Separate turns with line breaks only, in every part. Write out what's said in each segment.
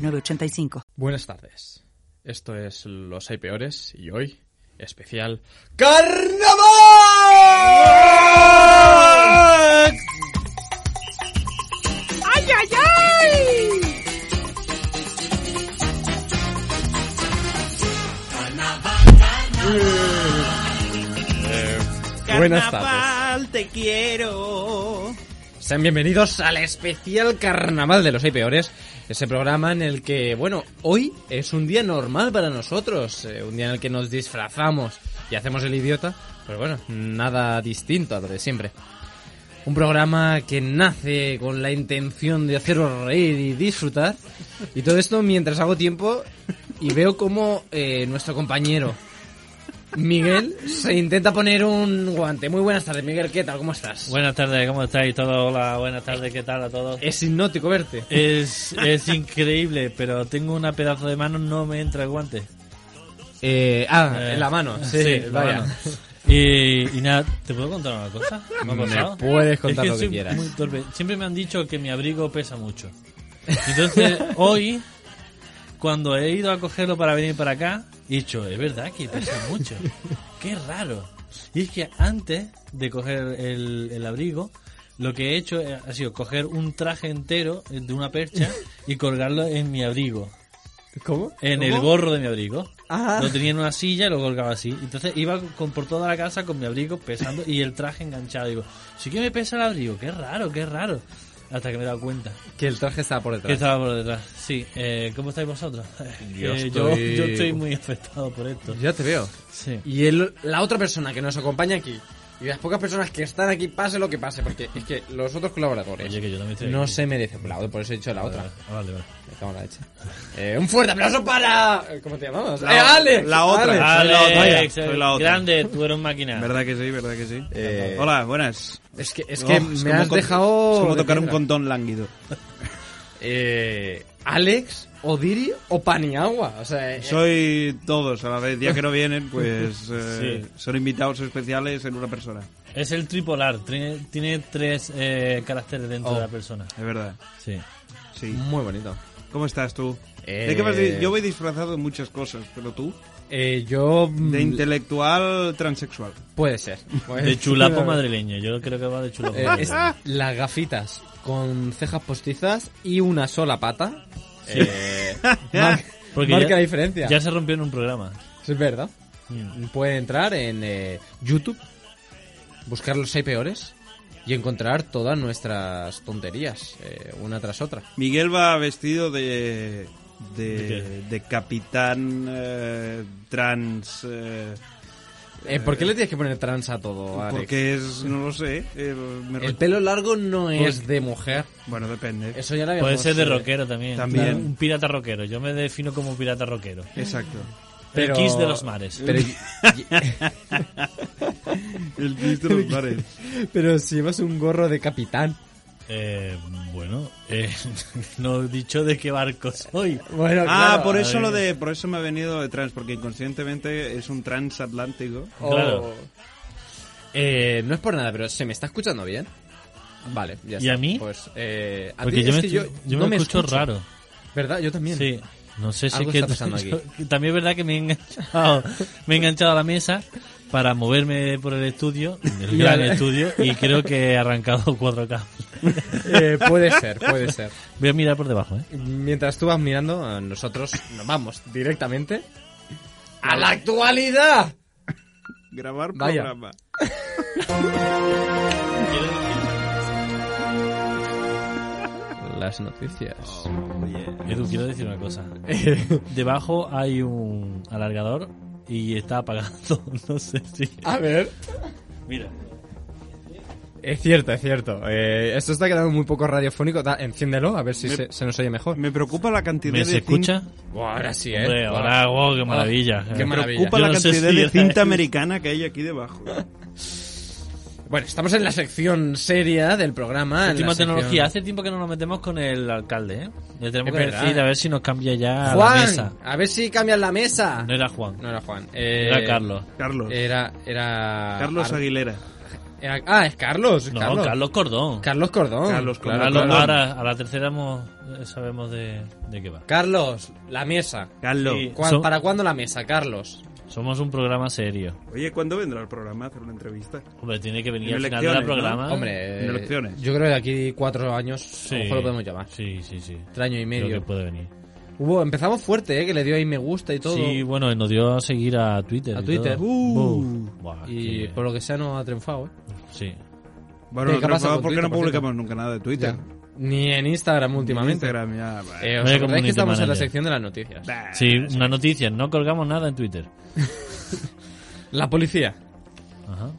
985.
Buenas tardes. Esto es Los Hay Peores y hoy, especial Carnaval.
¡Ay, ay, ay!
Eh, buenas tardes.
Carnaval, te quiero.
Sean bienvenidos al especial Carnaval de los Hay Peores. Ese programa en el que, bueno, hoy es un día normal para nosotros. eh, un día en el que nos disfrazamos y hacemos el idiota. Pero bueno, nada distinto a lo de siempre. Un programa que nace con la intención de haceros reír y disfrutar. Y todo esto mientras hago tiempo y veo como nuestro compañero Miguel se intenta poner un guante. Muy buenas tardes, Miguel. ¿Qué tal? ¿Cómo estás?
Buenas tardes, ¿cómo estáis todos? Hola, buenas tardes, ¿qué tal a todos?
Es hipnótico verte.
Es, es increíble, pero tengo una pedazo de mano, no me entra el guante.
Eh, ah,
Eh,
en la mano. Sí,
la
vaya.
mano. Y, y nada, ¿te puedo contar una cosa? ¿Me, ha
Me
pasado?
puedes contar
Es
lo que
soy
quieras.
muy torpe. Siempre me han dicho que mi abrigo pesa mucho. Entonces, hoy, cuando he ido a cogerlo para venir para acá, he dicho, es verdad que pesa mucho. Qué raro. Y es que antes de coger el, el abrigo, lo que he hecho eh, ha sido coger un traje entero de una percha y colgarlo en mi abrigo.
¿Cómo?
En el gorro de mi abrigo.
Ah.
Lo tenía en una silla y lo colgaba así. Entonces iba con, por toda la casa con mi abrigo pesando y el traje enganchado. Digo, sí que me pesa el abrigo, qué raro, qué raro. Hasta que me he dado cuenta
Que el traje estaba por
que
detrás.
estaba por detrás. Sí, eh, ¿cómo estáis vosotros?
Yo
Eh,
estoy-
yo, yo estoy muy afectado por esto.
Ya te veo.
Sí.
Y el- la otra persona que nos acompaña aquí, y las pocas personas que están aquí, pase lo que pase, porque es que los otros colaboradores
Oye, que yo también estoy
no
aquí.
se merecen. La otra, por eso he dicho la otra.
Ah, Vale, vale.
Me cago en la leche. Eh, un fuerte aplauso para. ¿Cómo te llamamos? ¡Eh,
o-
Alex!
la otra.
Alex.
Ah, Soy la otra,
Alex, eh,
soy la otra.
grande, tú eres un máquina.
¿Verdad que sí? ¿Verdad que sí?
Eh,
Hola, buenas.
Es que, es
Oh,
que me
como
has
con-
dejado.
Es como
de
tocar un
piedra.
condón lánguido.
Eh, Alex, Odiri o Paniagua. O sea, eh,
Soy todos a la vez. Día que no vienen, pues eh, son invitados especiales en una persona.
Es el tripolar, tiene, tiene tres eh, caracteres dentro
Oh.
de la persona.
Es verdad.
Sí.
Sí.
muy bonito.
¿Cómo estás tú?
Eh,
¿De qué vas de- Yo voy disfrazado de muchas cosas, pero tú.
Eh, yo. mm,
De intelectual transexual.
puede ser. Puede
De
ser.
chulapo madrileño, yo creo que va de chulapo
Eh, es
madrileño.
las gafitas con cejas postizas y una sola pata. Eh, mar-
Porque
marca
ya-
la diferencia.
Ya se rompió en un programa.
Es verdad.
Mm.
Puede entrar en eh, YouTube, buscar los seis peores y encontrar todas nuestras tonterías, eh, una tras otra.
Miguel va vestido de. de,
¿De
de capitán eh, trans. eh,
Eh, ¿Por qué le tienes que poner trans a todo, Alex?
porque es. no lo sé. eh, me
El
recuerda-
pelo largo no es de mujer.
Bueno, depende.
Eso ya lo
Puede
habíamos,
ser de
eh,
rockero también.
También.
Un pirata rockero. Yo me defino como un pirata rockero.
Exacto.
pero-
El Kiss de los mares.
Pero,
El Cristo de los bares.
Ah, pero si llevas un gorro de capitán.
Eh, bueno, eh, no he dicho de qué barco soy.
Bueno,
Ah,
claro.
por eso lo de, por eso me ha venido de trans, porque inconscientemente es un transatlántico.
Oh.
Claro.
Eh, no es por nada, pero ¿se me está escuchando bien? Vale, ya
¿Y
está.
a mí?
Pues, eh, a
Porque
ti
yo
es
me,
que
estoy- yo
no
me escucho, raro.
¿Verdad? Yo también.
Sí. No sé si es
Algo
que
está pasando aquí.
yo- también es verdad que me he enganchado, me he enganchado a la mesa para moverme por el estudio, el
Y
gran
al-
estudio, y creo que he arrancado cuatro k
Eh, puede ser, puede ser.
Voy a mirar por debajo, ¿eh?
Mientras tú vas mirando, eh, nosotros nos vamos directamente a la actualidad.
Grabar
Vaya.
programa.
Las noticias.
Edu, quiero decir una cosa. Debajo hay un alargador y está apagado. No sé si.
A ver.
Mira.
Es cierto, es cierto. Eh, esto está quedando muy poco radiofónico. Da, enciéndelo, a ver si
Me-
se, se nos oye mejor.
Me preocupa la cantidad
¿Me
de
se escucha?
Buah, ahora sí, ¿eh?
Hombre,
Buah.
ahora, wow, qué maravilla. eh.
Qué
Me
maravilla.
preocupa
Yo
la
no sé
cantidad
si
de
era
cinta
eso.
americana que hay aquí debajo.
Bueno, estamos en la sección seria del programa. en la
Última
sección-
tecnología. Hace tiempo que no nos metemos con el alcalde, ¿eh? Le tenemos
Es
que
verdad.
decir a ver si nos cambia ya la mesa.
Juan, a ver si cambian la mesa.
No era Juan,
No era Juan. eh,
era Carlos.
Carlos.
Eh,
Era, era...
Carlos
Ar-
Aguilera.
era- Ah, es Carlos.
No,
Carlos.
Carlos, Cordón.
Carlos Cordón.
Carlos
claro,
Cordón.
Carlos,
Carlos.
ahora, a la tercera hemos- eh, sabemos de, de qué va.
Carlos, la mesa.
Carlos.
Sí.
¿Cuán-
So-
¿Para cuándo la mesa, Carlos?
Somos un programa serio.
Oye, ¿cuándo vendrá el programa a hacer una entrevista?
Hombre, tiene que venir
En
al final del
elecciones, ¿no?
programa.
Hombre,
en
eh,
elecciones.
yo creo que de aquí cuatro años a
Ah, sí.
lo mejor lo podemos llamar.
Sí, sí, sí.
Entre año y
Creo
medio.
que puede venir.
Hubo, empezamos fuerte, eh, que le dio ahí me gusta y todo.
Sí, bueno, nos dio a seguir a Twitter.
A
y
Twitter.
todo.
Uh.
Buh. Buah,
y
qué-
por lo que sea no ha triunfado, ¿eh?
Sí.
Bueno,
¿Qué
otra
pasa
cosa,
con
¿por qué
Twitter,
no
por
publicamos nunca nada de Twitter?
Ni en Instagram últimamente.
Instagram ya. bah.
Eh, ¿Os
Vaya
acordáis
community
que estamos en la
manager.
sección de las noticias?
Bah.
Sí, una noticia. No colgamos nada en Twitter.
La policía
Ajá.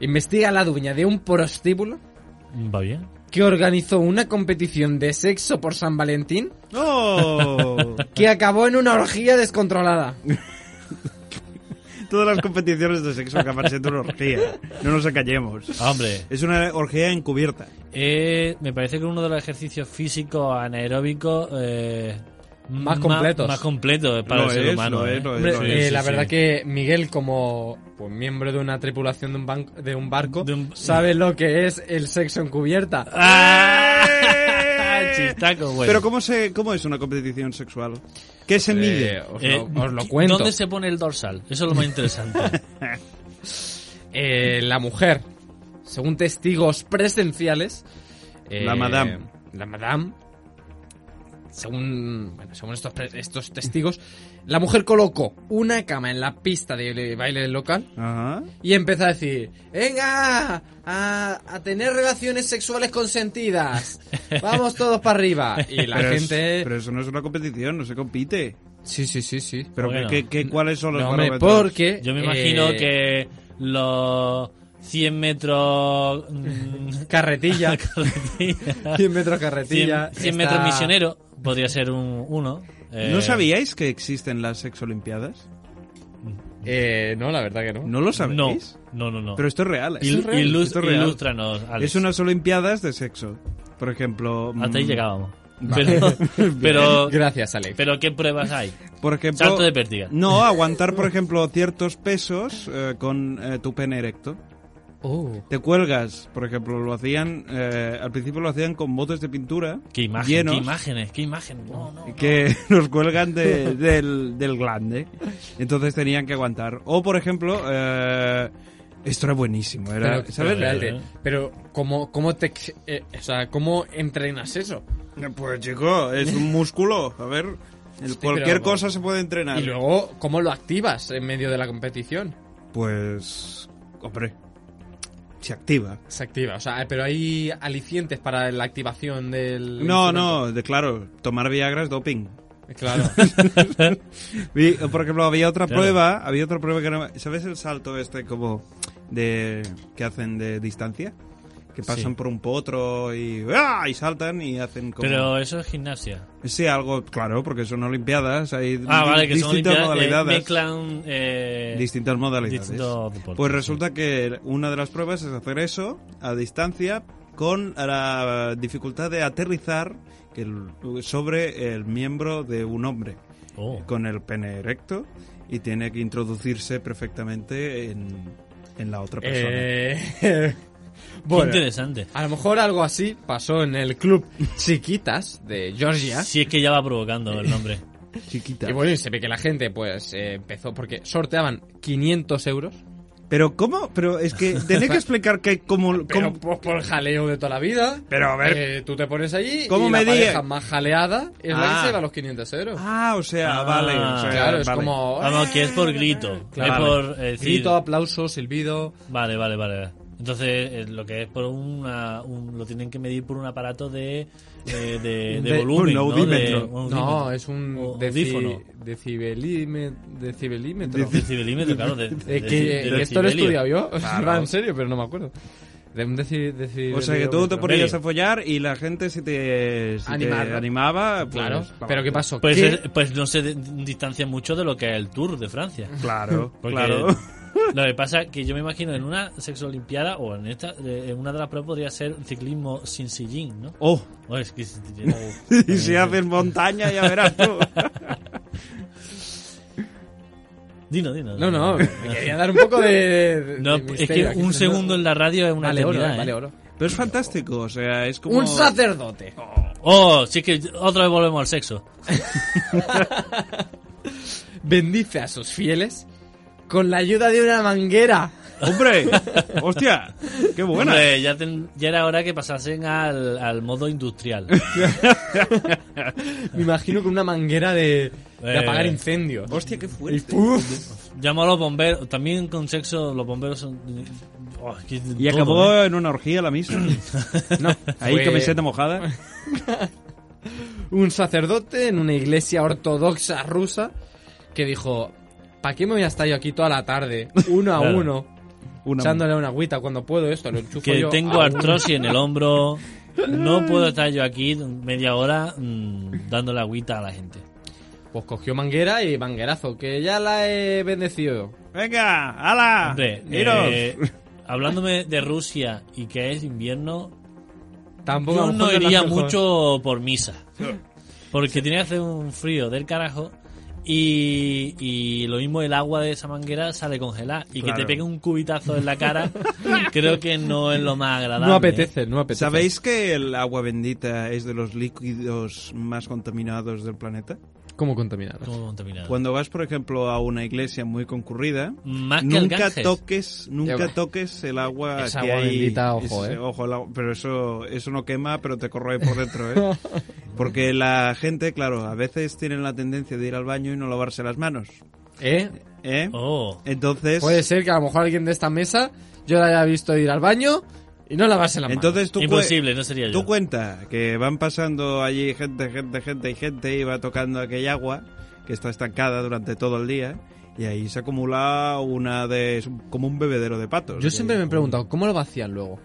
investiga a la dueña de un prostíbulo
Va bien.
que organizó una competición de sexo por San Valentín
¡No!
que
Ah.
acabó en una orgía descontrolada.
Todas las competiciones de sexo acaban siendo una orgía. No nos acallemos.
Ah, Hombre,
Es una orgía encubierta.
eh, me parece que uno de los ejercicios físicos anaeróbicos eh,
Más
ma-
completos.
Más completos para
Lo
el ser
es,
humano.
lo
eh.
es, lo es,
Hombre,
lo
eh,
es.
sí,
la
sí.
verdad que Miguel, como pues, miembro de una tripulación de un, banco, de un barco,
De un-
sabe lo que es el sexo en cubierta.
¡Ah! Chistaco, bueno.
Pero ¿cómo, se, ¿cómo es una competición sexual? ¿Qué se mide?
Eh, os,
Eh,
lo, os lo cuento.
¿Dónde se pone el dorsal? Eso es lo más interesante.
Eh, la mujer, según testigos presenciales, eh,
La madame.
la madame, según, bueno, según estos, pre- estos testigos, la mujer colocó una cama en la pista de baile del local
Ajá.
y empezó a decir, venga, a, a tener relaciones sexuales consentidas, vamos todos para arriba. Y la
pero, es-
gente...
pero eso no es una competición, no se compite.
Sí, sí, sí, sí.
Pero
Bueno.
¿qué, qué- cuáles son los
No, hombre,
parámetros?
porque...
Yo me imagino
eh,
que los 100 metros. mm,
Carretilla,
carretilla,
100 metros
100,
carretilla.
100
está-
metros misionero podría ser un, uno. eh,
¿No sabíais que existen las sexolimpiadas?
Eh, no, la verdad que no.
¿No lo
No,
sabéis?
no, no. no.
Pero esto es real. ¿eh?
Il-
Esto es real,
ilus-
esto es real.
ilústranos, Alex.
Es unas olimpiadas de sexo. Por ejemplo... mm,
Hasta ahí llegábamos. Pero, pero,
Gracias, Alex.
pero ¿qué pruebas hay?
Por ejemplo...
Salto de pértiga.
No, aguantar, por ejemplo, ciertos pesos eh, con eh, tu pene erecto.
Oh,
Te cuelgas, por ejemplo, lo hacían, eh, al principio lo hacían con botes de pintura
¿Qué imagen?
llenos
¿Qué imágenes? ¿Qué imagen? No, no.
que nos cuelgan de- del, del glande. Entonces tenían que aguantar. O, por ejemplo, eh, esto era buenísimo. Era,
pero,
¿sabes?
pero,
Eh,
espérate, pero ¿cómo, cómo te, ex- eh, o sea, ¿cómo entrenas eso?
Pues chico, es un músculo. A ver, el-
Sí,
cualquier
pero-
cosa se puede entrenar.
Y luego, ¿cómo lo activas en medio de la competición?
Pues, hombre, se activa.
Se activa, o sea, eh, pero hay alicientes para la activación del...
No,
instrumento. Eh,
no, de, claro, tomar Viagra es doping.
Claro.
Vi- por ejemplo, había otra
Claro.
prueba, había otra prueba que era, ¿sabes el salto este como de que hacen de distancia? Que pasan
Sí.
por un potro y ¡ah! y saltan y hacen como
Pero eso es gimnasia.
sí algo, claro, porque son olimpiadas, hay
Ah,
di-
vale, que son
distintas
olimpiadas. eh,
modalidades.
mezclan. eh,
distintas modalidades.
distintos deportes,
pues
sí.
resulta que una de las pruebas es hacer eso a distancia con la dificultad de aterrizar el- sobre el miembro de un hombre
Oh.
con el pene erecto y tiene que introducirse perfectamente en, en la otra persona.
Eh,
Qué
bueno,
interesante.
a lo mejor algo así pasó en el club Chiquitas de Georgia.
Si es que ya va provocando el nombre.
Chiquita.
Y bueno, y se ve que la gente pues eh, empezó porque sorteaban 500 euros.
Pero cómo, pero es que tenés que explicar que como
Pero
como-
pues, por el jaleo de toda la vida.
Pero, a ver.
Eh, tú te pones allí.
¿Cómo
y
me
la
diga?
pareja más jaleada es la
Ah.
que se lleva los 500 euros.
Ah, o sea,
Ah,
vale. o sea,
claro, es
vale.
como.
Vamos, que es por grito.
Claro.
Es por eh, decir-
Grito, aplauso, silbido.
Vale, vale, vale. Entonces, eh, lo que es por una, un- lo tienen que medir por un aparato de, eh, de, de
De-
volumen,
un
¿no?
audímetro.
De- un
No,
audímetro.
es
O-
un
audífono.
deci- decibelime- decibelímetro.
Decibelímetro, claro. de-
Eh,
de-
que,
de-
esto lo he
decibelio.
estudiado yo, va en serio, pero no me acuerdo. De un deci- deci-
O sea que tú te
decidiómetro.
ponías a follar y la gente si te, si te
Animarlo.
animaba, pues,
Claro,
pa-
pero ¿qué pasó?
Pues,
¿Qué?
es- pues no se de- distancia mucho de lo que es el Tour de Francia.
Claro,
Porque
claro.
Lo que pasa es que yo me imagino en una sexo olimpiada o en esta, eh, en una de las pruebas podría ser ciclismo sin sillín, ¿no?
Oh,
O es que si-
y si haces montaña ya verás tú.
Dino, dino.
No, no, me quería dar un poco de. de-
No,
de
es
misterio
que
aquí.
un segundo en la radio es una
Vale oro,
eternidad,
eh,
¿eh?
vale oro.
Pero es fantástico, o sea, es como...
Un sacerdote.
Oh, sí que otra vez volvemos al sexo.
Bendice a sus fieles con la ayuda de una manguera.
¡Hombre! ¡Hostia! ¡Qué buena!
Hombre, ya, ten- ya era hora que pasasen al, al modo industrial.
Me imagino con una manguera de, de
Eh.
apagar incendios.
¡Hostia, qué
Y
fuerte!
¡puf!
Llamó a los bomberos. También con sexo, los bomberos son. oh, es que
Y
todo,
acabó
¿eh?
en una orgía la misma.
No,
Ahí
fue
camiseta mojada.
Un sacerdote en una iglesia ortodoxa rusa que dijo: ¿Para qué me voy a estar yo aquí toda la tarde, uno a
Claro.
uno,
Una
echándole una agüita cuando puedo esto? Lo enchufo
Que
yo Ah,
tengo
a un-
artrosis en el hombro. No puedo estar yo aquí media hora mm, dándole agüita a la gente.
Pues cogió manguera y manguerazo, que ya la he bendecido.
¡Venga! ¡Hala!
Hombre,
Ah, ¡Iros!
eh, hablándome de Rusia y que es invierno,
Tampoco a
yo
lo mejor
no
es la
iría
mejor.
mucho por misa. Porque tiene que hacer un frío del carajo. Y, y lo mismo el agua de esa manguera sale congelada. Y
Claro.
que te pegue un cubitazo en la cara, creo que no es lo más agradable. ¿eh?
No apetece, no apetece.
¿Sabéis que el agua bendita es de los líquidos más contaminados del planeta?
cómo contaminados?
Como contaminado.
Cuando vas, por ejemplo, a una iglesia muy concurrida,
Más que el
nunca
Ganges.
toques, nunca
Ya.
toques el agua
Esa
que
agua
hay.
bendita, ojo, eh.
ojo, el agua- pero eso, eso no quema, pero te corroe por dentro, eh. Porque la gente, claro, a veces tienen la tendencia de ir al baño y no lavarse las manos,
¿Eh?
eh.
Oh.
Entonces,
Puede ser que a lo mejor alguien de esta mesa yo la haya visto ir al baño y no lavarse la mano.
entonces tú cue-
Imposible, no sería yo.
Tú cuenta que van pasando allí gente, gente, gente y gente y va tocando aquella agua que está estancada durante todo el día y ahí se acumula una de es un- como un bebedero de patos.
Yo siempre me he preguntado, ¿cómo lo vacían luego?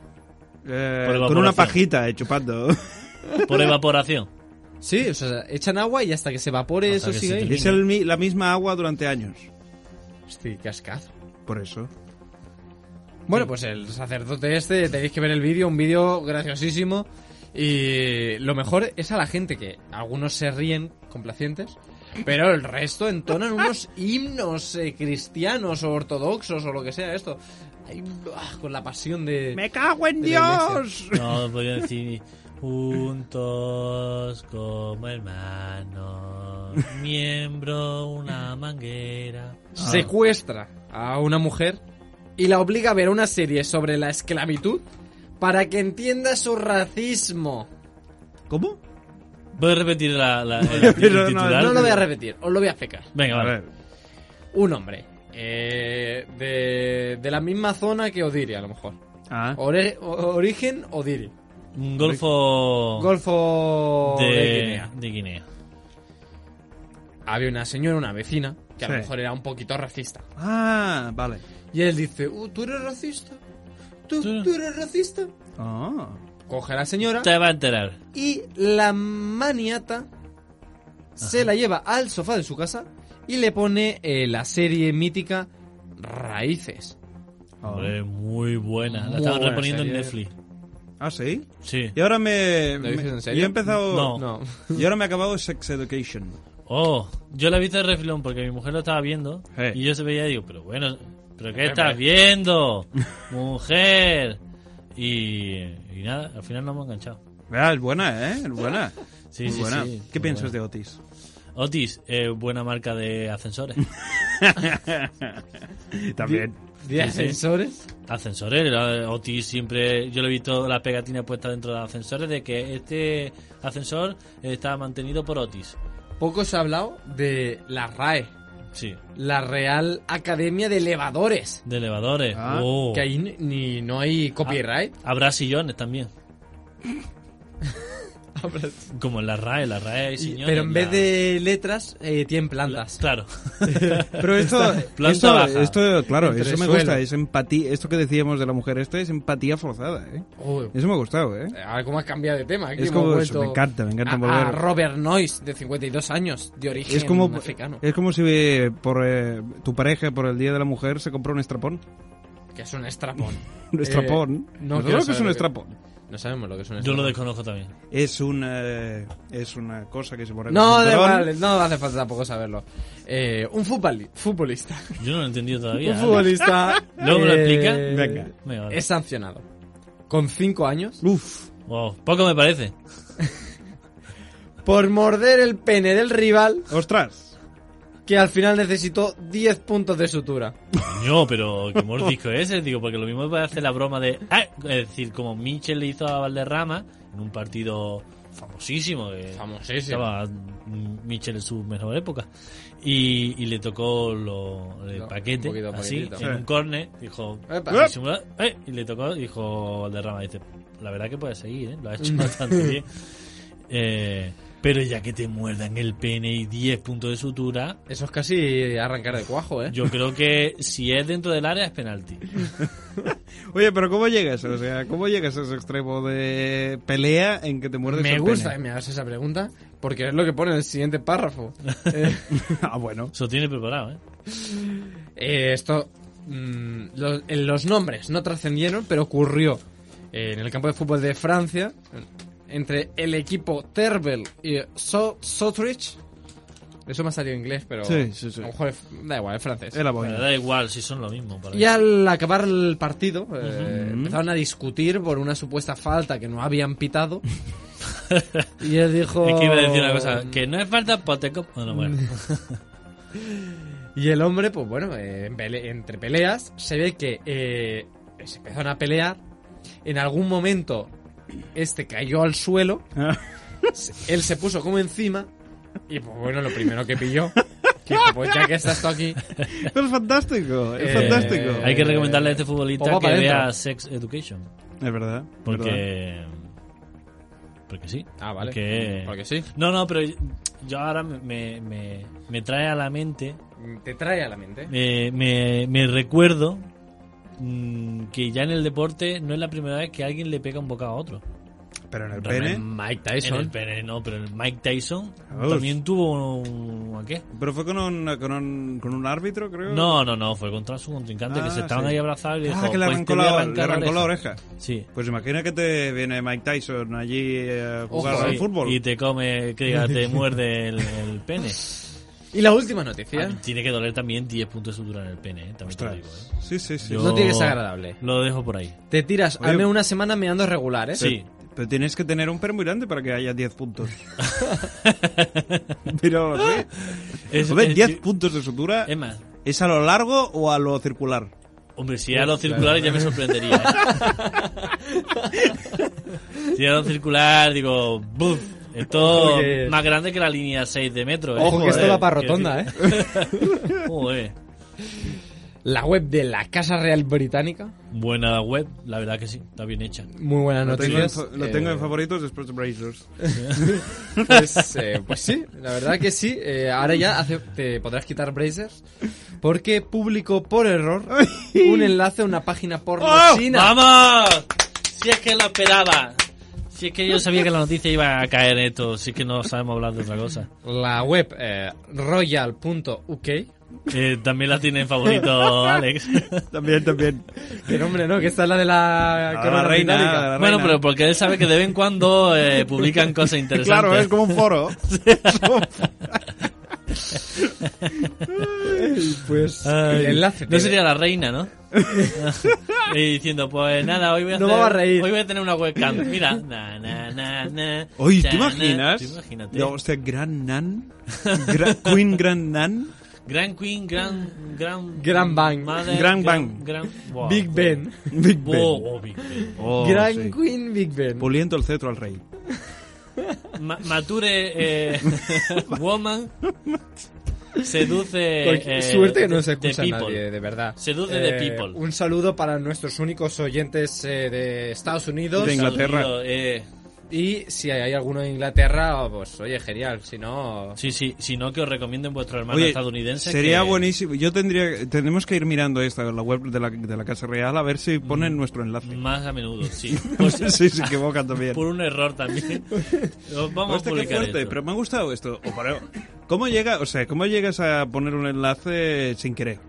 Eh,
Por
con una
evaporación.
pajita eh, chupando.
Por evaporación.
Sí, o sea, echan agua y hasta que se evapore
Hasta
eso
que
sigue
se
ahí.
es el mi- la misma agua durante años.
Hostia, qué ascazo.
Por eso.
Bueno, pues el sacerdote este, tenéis que ver el vídeo, un vídeo graciosísimo. Y lo mejor es a la gente que algunos se ríen complacientes, pero el resto entonan unos himnos eh, cristianos o ortodoxos o lo que sea esto. Ahí, ah, con la pasión de...
¡Me cago en
De la
Dios!
No, podría decir juntos como hermanos, miembro una manguera. Ah.
secuestra a una mujer y la obliga a ver una serie sobre la esclavitud para que entienda su racismo.
¿Cómo?
Voy a repetir la, la- el
Pero no,
titular.
No lo voy a repetir, os lo voy a explicar.
Venga,
A
vale.
ver.
Un hombre eh, de, de la misma zona que Odiri, a lo mejor.
Ah.
Ore- o- origen Odiri.
Un golfo
Golfo
Oh. de,
de... Guinea.
de Guinea.
Había una señora, una vecina, que a lo
Sí.
mejor era un poquito racista.
Ah, vale.
Y él dice, "Uh, ¿tú eres racista? ¿Tú,
Tú-
¿Tú eres racista?
Ah.
Coge a la señora
Te va a enterar.
y la maniata se la lleva al sofá de su casa y le pone eh, la serie mítica Raíces.
Hombre, muy buena. La
Muy
estaban
buena
reponiendo en
serie.
Netflix.
Ah, sí.
Sí.
Y ahora me.
¿Lo dices
me-
en serio?
Yo he empezado.
No.
No.
Y ahora me he acabado Sex Education.
Oh, yo la vi de refilón porque mi mujer lo estaba viendo
Eh.
y yo se veía y digo, pero bueno, ¿pero
Hombre.
qué estás viendo? Mujer. Y, y nada, al final no hemos enganchado.
Ah, es buena, ¿eh? Es buena.
Sí,
Muy
sí,
buena.
sí.
¿Qué
Muy
piensas
buena.
de Otis?
Otis, eh, buena marca de ascensores.
También.
¿De ascensores?
ascensores, eh, Otis siempre, yo lo he visto las pegatinas puestas dentro de los ascensores de que este ascensor está mantenido por Otis.
Poco se ha hablado de la RAE,
Sí.
la Real Academia de Elevadores.
De elevadores.
Ah,
Oh.
Que ahí n- ni no hay copyright.
Habrá sillones también. Como en la RAE, la RAE hay señores.
Pero en
la-
vez de letras, eh, tienen plantas.
Claro.
Pero esto,
Planta
esto,
baja.
esto, claro,
Entre
eso me
suelo.
gusta, es empatía, esto que decíamos de la mujer, esto es empatía forzada, ¿eh?
Uy,
Eso me ha gustado, ¿eh?
a ver cómo has cambiado de tema. aquí
Es
hemos
como-
vuelto
me encanta, me encanta
a-
volver.
A Robert Noyce, de 52 años, de origen
Es como,
africano.
es como si eh, por eh, tu pareja, por el Día de la Mujer, se compró un estrapón.
Que es un estrapón.
Un
Eh,
estrapón.
no quiero
¿Nosotros lo que es
saber
un
lo que-
estrapón?
No sabemos lo que es un
Yo
estrapón.
lo desconozco también.
Es una, es una cosa que se pone con
No,
un
da
cinturón.
igual, no hace falta tampoco saberlo. Eh, un futboli- futbolista.
Yo no lo he entendido todavía.
Un
Ale.
futbolista. eh,
¿Luego me lo explica?
Venga.
Me vale.
Es sancionado. Con 5 años.
Uf,
Wow, poco me parece.
Por morder el pene del rival
ostras.
que al final necesitó 10 puntos de sutura.
No, pero qué mordisco es ese, digo, porque lo mismo puede hacer la broma de. ¡Ah! Es decir, como Michel le hizo a Valderrama en un partido famosísimo. que
Famosísimo.
Estaba mm, Michel en su mejor época. Y, y le tocó lo, el
No,
paquete,
un poquito,
así,
poquitito.
en
Sí.
un corne. Dijo.
Epa.
disimula- ¡Eh! Y le tocó, dijo Valderrama. Dice: La verdad que puede seguir, ¿eh? Lo ha hecho bastante bien. Eh, pero ya que te muerdan el pene y 10 puntos de sutura,
Eso es casi arrancar de cuajo, ¿eh?
yo creo que si es dentro del área es penalti.
Oye, pero ¿cómo llegas? O sea, ¿cómo llegas a ese extremo de pelea en que te muerdes
me
el
gusta que
pene?
me hagas esa pregunta porque es lo que pone en el siguiente párrafo. Eh,
ah, bueno.
Eso tiene preparado, ¿eh?
Eh, esto. mm, los, eh, los nombres no trascendieron, pero ocurrió eh, en el campo de fútbol de Francia entre el equipo Terbel y so Sotrich. Eso me ha salido en inglés, pero
Sí, sí, sí.
Oh,
a lo mejor es- da igual, es francés.
Es
Me
la boina.
da igual si son lo mismo. Para
Y
mí.
al acabar el partido, eh, empezaron a discutir por una supuesta falta que no habían pitado. y él dijo.
Es que iba a decir una cosa, que no es falta poteco. Bueno, bueno.
Y el hombre, pues bueno, eh, en pele- entre peleas, se ve que eh, se empezaron a pelear. En algún momento, este cayó al suelo. se- Él se puso como encima. Y pues bueno, lo primero que pilló. que, pues ya que estás tú aquí.
Pero es fantástico, es
Eh,
fantástico.
Hay que recomendarle a este
o
futbolista
va
que
para dentro.
vea Sex Education.
Es verdad. es verdad.
Porque. Porque sí.
Ah, vale.
Porque-
Porque sí.
No, no, pero yo ahora me, me, me- me trae a la mente.
Te trae a la mente.
eh, me, me recuerdo mm, que ya en el deporte no es la primera vez que alguien le pega un bocado a otro.
Pero en el
Realmente,
pene.
Mike
En el
Tyson.
pene, no, pero el Mike Tyson
Vamos.
también tuvo un. ¿a qué?
Pero fue con un, con un, con un árbitro, creo.
No, no, no, fue contra su contrincante que
Ah,
se estaban
sí.
ahí abrazados y le
Ah,
dijo,
que le
"Pues te
arrancó,
voy a
la,
arrancar
le arrancó la oreja.
Sí.
Pues imagina que te viene Mike Tyson allí a jugar
Ojo,
al
Sí,
fútbol.
Y te come, que diga, te muerde el, el pene.
Y la última
Ah,
noticia.
Tiene que doler también 10 puntos de sutura en el pene, eh, también te lo
Ostras.
digo. eh.
Sí, sí, sí.
Yo-
No tiene que ser agradable.
Lo dejo por ahí.
Te tiras
Oye.
al menos una semana meando regular, ¿eh?
Sí.
Pero tienes que tener un pene muy grande para que haya 10 puntos. Pero, sí.
Es,
Joder,
es- Em-
10 puntos de sutura.
es más,
¿Es a lo largo o a lo circular?
hombre, si era los circulares ya me sorprendería. eh. si era los circular, digo, ¡buf! Esto
Porque-
más grande que la línea 6 de metro. eh.
Ojo que esto
Joder,
va para
quiero
rotonda, ¿eh?
decir- Joder.
La web de la Casa Real Británica.
Buena web, la verdad que sí, está bien hecha.
Muy buenas
Lo tengo, en,
noticias.
fa- lo
Eh,
tengo en favoritos después de Brazers.
Pues, eh, pues sí, la verdad que sí. Eh, ahora ya hace- te podrás quitar Brazers porque publicó por error un enlace a una página porno
Oh,
china.
¡Oh! ¡Vamos! Si es que lo esperaba. Si es que yo sabía que la noticia iba a caer en esto, si es que no sabemos hablar de otra cosa.
La web eh, royal.uk. Que
Eh, también la tiene en favorito Alex.
También, también.
nombre, ¿no? Que esta es la de la
la
corona
reina,
británica.
la
Ah, bueno,
reina.
pero porque él sabe que de vez en cuando eh, publican cosas interesantes.
Claro, es como un foro.
Pues
Ay,
el enlace.
no
te-
sería la reina, ¿no? y diciendo, pues nada, hoy voy a
No
hacer-
vamos a reír.
Hoy voy a tener una webcam. Mira. Na, na, na, na,
Oye, ¿te
cha, na.
imaginas?
Tú imagínate.
No, hostia, Gran Nan. Gra- Queen Gran Nan.
Gran Queen, gran... Gran,
Gran Bang.
Mother,
Gran Bang.
Gran, wow.
Big Ben.
Big Ben.
Oh, oh, Big Ben.
Oh,
Gran
sí.
Queen Big Ben.
Puliendo el cetro al rey.
Ma- mature eh, woman seduce
Cualquier-
eh,
suerte que no se
the
escucha
people.
nadie, de verdad.
Seduce the people.
Un saludo para nuestros únicos oyentes eh, de Estados Unidos.
De Inglaterra.
Saludo, eh,
Y si hay alguno en Inglaterra, pues oye, genial. Si no,
Sí, sí, si no, que os recomienden vuestro hermano
Oye,
estadounidense.
sería
que-
buenísimo. Yo tendría, tenemos que ir mirando esta la web de la, de la Casa Real a ver si ponen
Mm.
nuestro enlace.
Más a menudo, sí. Pues,
sí, se equivocan también.
por un error también. Os Vamos a
Hostia, este qué
publicar
fuerte,
esto.
pero me ha gustado esto. O para- ¿Cómo llega, o sea, cómo llegas a poner un enlace sin querer?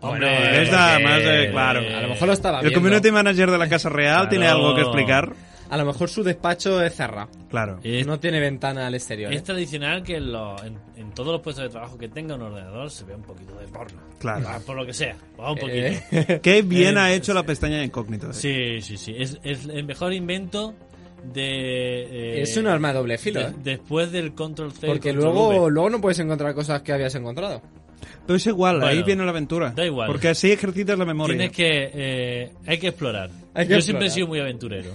Hombre,
es nada
eh,
más de- claro.
A lo mejor lo estaba
El
viendo.
community manager de la Casa Real tiene
Claro.
algo que explicar.
A lo mejor su despacho es cerrado.
Claro.
Es,
No tiene ventana al exterior. ¿eh?
es tradicional que en, lo- en- en todos los puestos de trabajo que tenga un ordenador se vea un poquito de porno.
Claro.
Ah, Por lo que sea, va un poquito.
Eh,
Qué bien
Eh,
ha hecho la pestaña de incógnito. eh.
Sí, sí, sí. Es, es el mejor invento de. eh,
es un arma de doble filo,
de-
¿eh?
después del control C. y
Porque
control
luego,
V.
luego no puedes encontrar cosas que habías encontrado.
Pero es igual, ahí
Bueno,
viene la aventura.
da igual.
Porque así ejercitas la memoria.
Tienes que. eh, hay que explorar.
Hay que
Yo
explorar.
siempre he sido muy aventurero.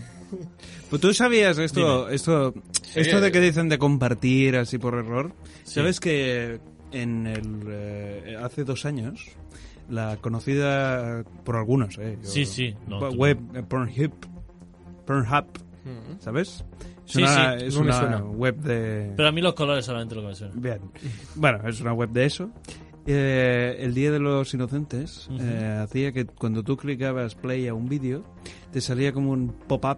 Pues tú sabías esto, esto, esto de que dicen de compartir así por error. Sabes que en el, eh, hace dos años la conocida por algunos, eh, yo-
Sí, sí, no,
pa-
tú
web eh, Pornhub, Pornhub,
Mm.
¿sabes? Es
Sí,
una,
sí,
es
no me
una
suena.
web de
Pero a mí los colores solamente lo que me suena.
bien, bueno, es una web de eso. Eh, el Día de los Inocentes eh, hacía que cuando tú clicabas play a un vídeo, te salía como un pop-up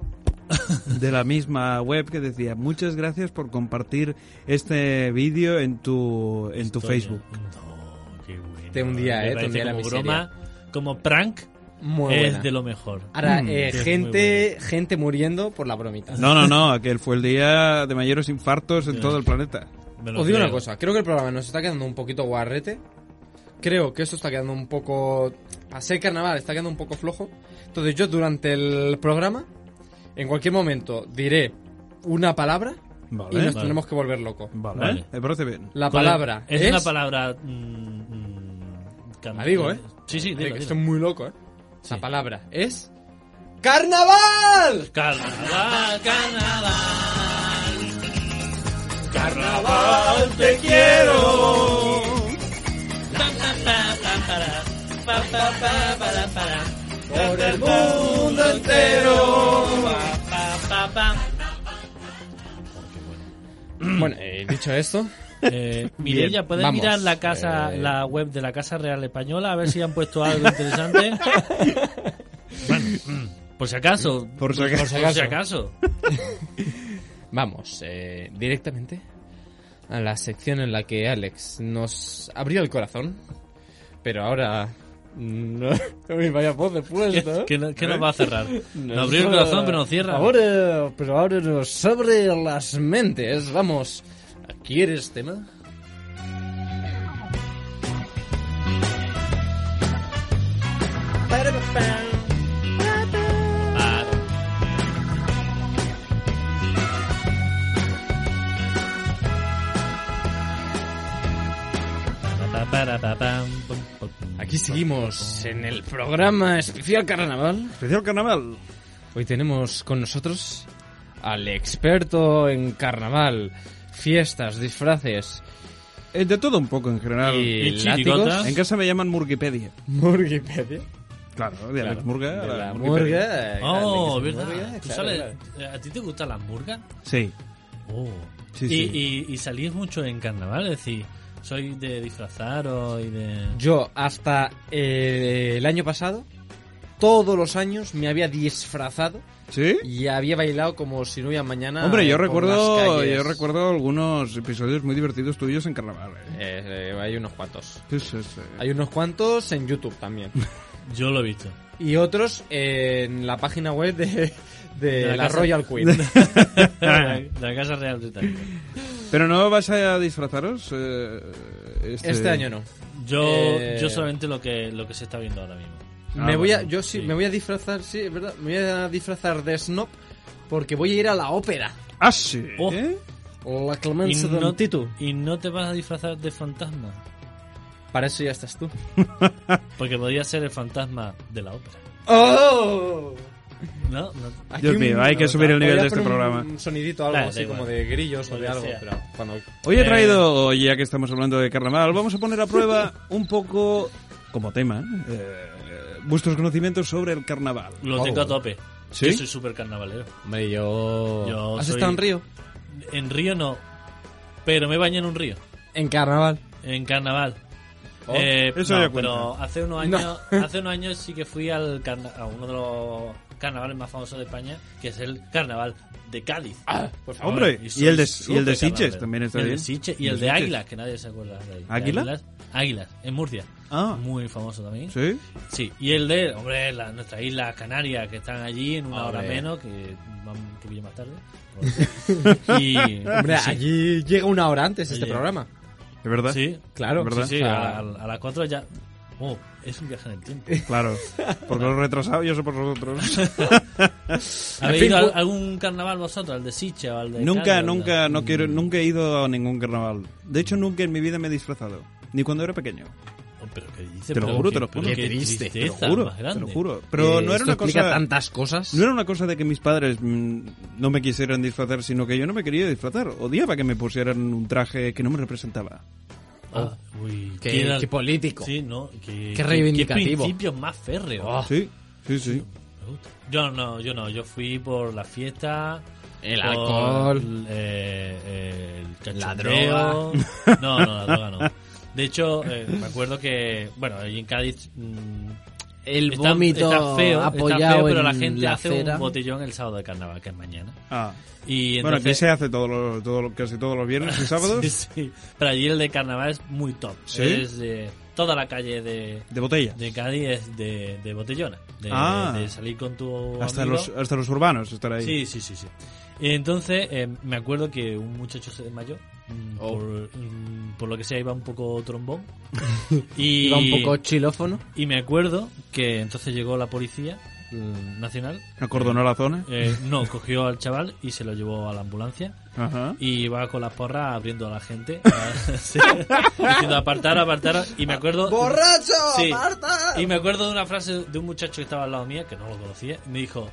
de la misma web que decía muchas gracias por compartir este vídeo en tu en tu Facebook.
No, qué bueno.
Te hundía,
Me
eh, te
parece
hundía la
como
miseria.
broma, como prank,
Muy
es
buena.
de lo mejor.
Ahora,
Mm.
eh,
Sí, es muy
gente, gente muriendo por la bromita.
No, no, no, aquel fue el día de mayores infartos en todo el planeta.
Me lo
Os digo
creo.
una cosa, creo que el programa nos está quedando un poquito guarrete. Creo que esto está quedando un poco... A ser carnaval, está quedando un poco flojo. Entonces yo durante el programa, en cualquier momento, diré una palabra y
Vale.
nos tenemos que volver locos.
Vale.
Vale.
¿Eh? Me parece bien.
La
¿Cuál es?
palabra
es,
es...
una palabra. mm, mm, cam-
La digo, ¿eh?
Sí, sí,
Madre,
dilo,
que
dilo.
esto es muy loco, ¿eh? La
Sí.
palabra es... ¡Carnaval!
Carnaval, carnaval.
Carnaval, te quiero.
Pa, pa, pa, pa, para. Pa, pa, pa, para, para.
Por el mundo entero.
Pa, pa, pa.
bueno, eh, dicho esto...
Eh, Mireia, ¿puedes
vamos.
mirar la casa,
Eh.
la web de la Casa Real Española a ver si han puesto algo interesante? bueno, mm, por si acaso.
Por si
Por
acaso.
si acaso.
Vamos eh, directamente a la sección en la que Alex nos abrió el corazón, pero ahora no, Uy, vaya voz de puesto. ¿eh?
¿Qué, no- qué nos va a cerrar? Nos abrió el
eh,
corazón, pero nos cierra.
Ahora, pero ahora nos abre las mentes. Vamos, ¿quieres tema?
Ah, pa, pa, pa, pam, pum, pum, pum.
Aquí seguimos en el programa especial Carnaval.
Especial carnaval.
Hoy tenemos con nosotros al experto en carnaval, fiestas, disfraces
Eh, de todo un poco en general.
y,
y
látigos.
chirigotas.
En casa me llaman Murgipedia.
Murgipedia.
Claro, de Alex Murga.
De
a
la
Murgipedia.
murga.
Oh,
grande que se
¿verdad?
murga,
¿Tú
claro,
sales- eh,
claro.
¿A ti te gustan las murgas?
Sí.
Oh.
Sí,
y,
sí.
Y, y salís mucho en carnaval, es decir, soy de disfrazaros y de...
Yo hasta eh, el año pasado, todos los años me había disfrazado
¿Sí?
y había bailado como si no hubiera mañana.
Hombre, yo
por las
recuerdo,
calles.
yo recuerdo algunos episodios muy divertidos tuyos en carnaval. ¿eh?
Eh, eh, hay unos cuantos.
Sí, sí, sí.
Hay unos cuantos en YouTube también.
Yo lo he visto.
Y otros en la página web de, de
la
la,
casa.
Royal Queen.
la, la Casa Real Británica.
Pero no vas a disfrazaros eh, este...
Este año no.
Yo,
Eh.
yo solamente lo que, lo que se está viendo ahora mismo.
Ah,
me voy a,
bueno,
yo sí,
sí.
me voy a disfrazar, sí, es verdad. Me voy a disfrazar de Snob porque voy a ir a la ópera.
Ah, sí.
Oh.
¿eh?
La Clemenza
no,
del Tito.
Oh, y no te vas a disfrazar de fantasma.
Para eso ya estás tú.
Porque podría ser el fantasma de la ópera.
¡Oh!
No, no.
Dios mío, hay que subir el nivel
Podría
de este
poner
programa.
Un sonidito, algo
Dale, da
así
igual.
como de grillos o
Lo
de
que
algo,
sea.
pero cuando.
Hoy
Eh.
he traído, ya que estamos hablando de carnaval, vamos a poner a prueba un poco, como tema, eh, vuestros conocimientos sobre el carnaval.
Lo tengo a tope.
¿Sí?
Yo soy súper carnavalero.
Hombre, yo...
Yo
¿Has
soy-
estado en Río?
En río no, pero me bañé en un río,
En carnaval.
en carnaval.
Oh,
Eh,
eso
no,
ya cuenta.
pero hace unos años, hace unos años sí que fui al carna- a uno de los carnavales más famosos de España, que es el carnaval de Cádiz.
Por favor.
Ah, Hombre,
Y
y
soy
el de, y el
súper
de Sitges
carnavalero.
también está
Y el
bien.
de Sitges y
¿El
el de
Sitges?
Águilas, que nadie se acuerda de ahí.
¿Águila?
De Águilas, Águilas, en Murcia.
Ah.
Muy famoso también.
¿Sí?
Sí, y el de, hombre, la, nuestras islas Canarias que están allí en una
Hombre.
hora menos, que van un poquillo más tarde. Por- y,
Hombre,
sí,
allí llega una hora antes este
Oye.
programa.
¿De verdad?
sí,
Claro.
¿Verdad? Ah.
sí, sí,
O sea,
a, a las 4 ya. Oh, es un viaje en el tiempo.
Claro. Por los retrasados, yo sé por vosotros.
¿Habéis
fin,
ido a
bu-
algún carnaval vosotros? ¿Al de Siche o al de.? Mm.
nunca,
Cádiz,
nunca,
al de-
no quiero, nunca he ido a ningún carnaval. De hecho, nunca en mi vida me he disfrazado. Ni cuando era pequeño.
Oh, pero qué dices,
Te lo
pero
juro,
qué-
te lo juro.
pero
Qué triste, te lo
Te lo
tristeza
juro,
más grande.
te lo juro. Pero
eh,
no era
esto
una
explica
cosa...
tantas cosas.
No era una cosa de que mis padres mm, no me quisieran disfrazar, sino que yo no me quería disfrazar. Odiaba que me pusieran un traje que no me representaba.
Ah, uy,
Qué-
qué-
qué político.
Sí, no, qué,
reivindicativo.
Qué principios más férreos.
Oh.
Sí, sí, sí.
Me gusta. Yo no, yo no, yo fui por la fiesta.
El
por,
alcohol.
eh, eh, el
La
cachondeo. No, no, la droga no. De hecho, eh, me acuerdo que, bueno, ahí en Cádiz mm,
El
está,
vómito
está feo, está
apoyado
feo, pero
en
la gente hace
acera.
un botellón el sábado de carnaval, que es mañana.
Ah.
Y
bueno, aquí
entonces,
se hace todo lo- todo lo- casi todos los viernes y sábados.
Sí, sí. Pero allí el de carnaval es muy top.
¿Sí?
Es de toda la calle de,
De botella.
de Cádiz es de, de botellona. De,
Ah.
de salir con tu
Hasta
amigo.
los, hasta los urbanos estar ahí.
Sí, sí, sí, sí. Y entonces eh, me acuerdo que un muchacho se desmayó. mm,
Oh.
Por, mm, por lo que sea, iba un poco trombón. y,
Iba un poco chilófono.
y me acuerdo que entonces llegó la policía mm, nacional.
Acordonó la zona.
eh, no, cogió al chaval y se lo llevó a la ambulancia.
Ajá.
Y va con las porras abriendo a la gente. Ah, Sí, diciendo apartar, apartar. Y me acuerdo.
¡Borracho!
Sí. Y me acuerdo de una frase de un muchacho que estaba al lado mía, que no lo conocía, y me dijo,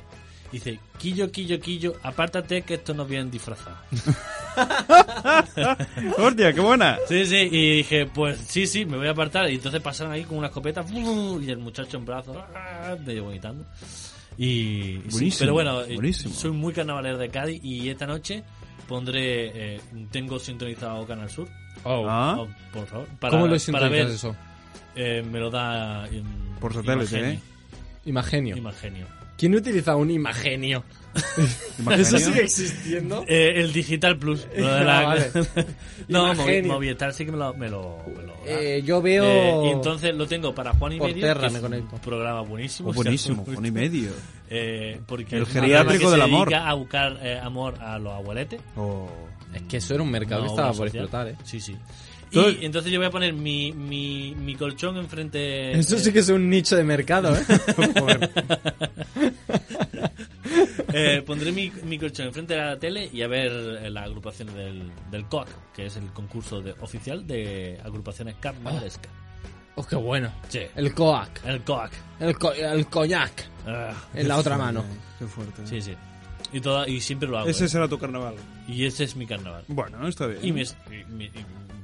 dice, Quillo, Quillo, Quillo, apártate que estos nos vienen disfrazados.
¡Hostia, qué buena!
sí, sí, y dije, pues sí, sí, me voy a apartar. Y entonces pasaron ahí con una escopeta, y el muchacho en brazos, ¡ah! medio vomitando. Y, y sí,
Buenísimo,
pero bueno, eh,
buenísimo.
soy muy carnavalero de Cádiz y esta noche pondré, eh, tengo sintonizado Canal Sur,
Ah,
Oh, por favor, para,
¿Cómo lo
para ver,
sintonizas eso?
eh, me lo da... eh,
Por satélite,
Imagenio,
¿eh?
Imagenio.
Imagenio.
¿Quién utiliza un imagenio?
Imagineo.
existiendo?
Eh, el Digital Plus. lo de la-
Ah, vale.
no,
Imagen.
Movi- Movistar sí que me lo. Me lo, me lo da.
Eh, yo
Eh,
veo...
y entonces lo tengo para Juan y
por
medio.
Terra
que es
me
un
conecto.
programa buenísimo.
Oh,
o sea,
buenísimo, un y medio.
eh, porque
El
es una
geriátrico
persona que
del
se
amor.
dedica a buscar eh, amor a los abueletes.
Oh.
Es que eso era un mercado
una
que estaba
obra
por
social.
explotar, ¿eh?
Sí, sí.
Entonces-
Y entonces yo voy a poner mi, mi, mi colchón enfrente.
Eso
eh, Pues,
sí que es un nicho de mercado, ¿eh?
eh, pondré mi, mi colchón enfrente de la tele y a ver eh, las agrupaciones del, del COAC, que es el concurso de- oficial de agrupaciones carnavalescas.
Oh, qué bueno.
Sí.
Ah. El coac.
El coac.
El, co- el coñac.
Ah,
En la otra mano.
Qué
eh.
fuerte.
sí, sí. Y, toda, y siempre lo hago.
Ese
¿eh?
será tu carnaval.
Y ese es mi carnaval.
Bueno, está bien.
Y me, y me- y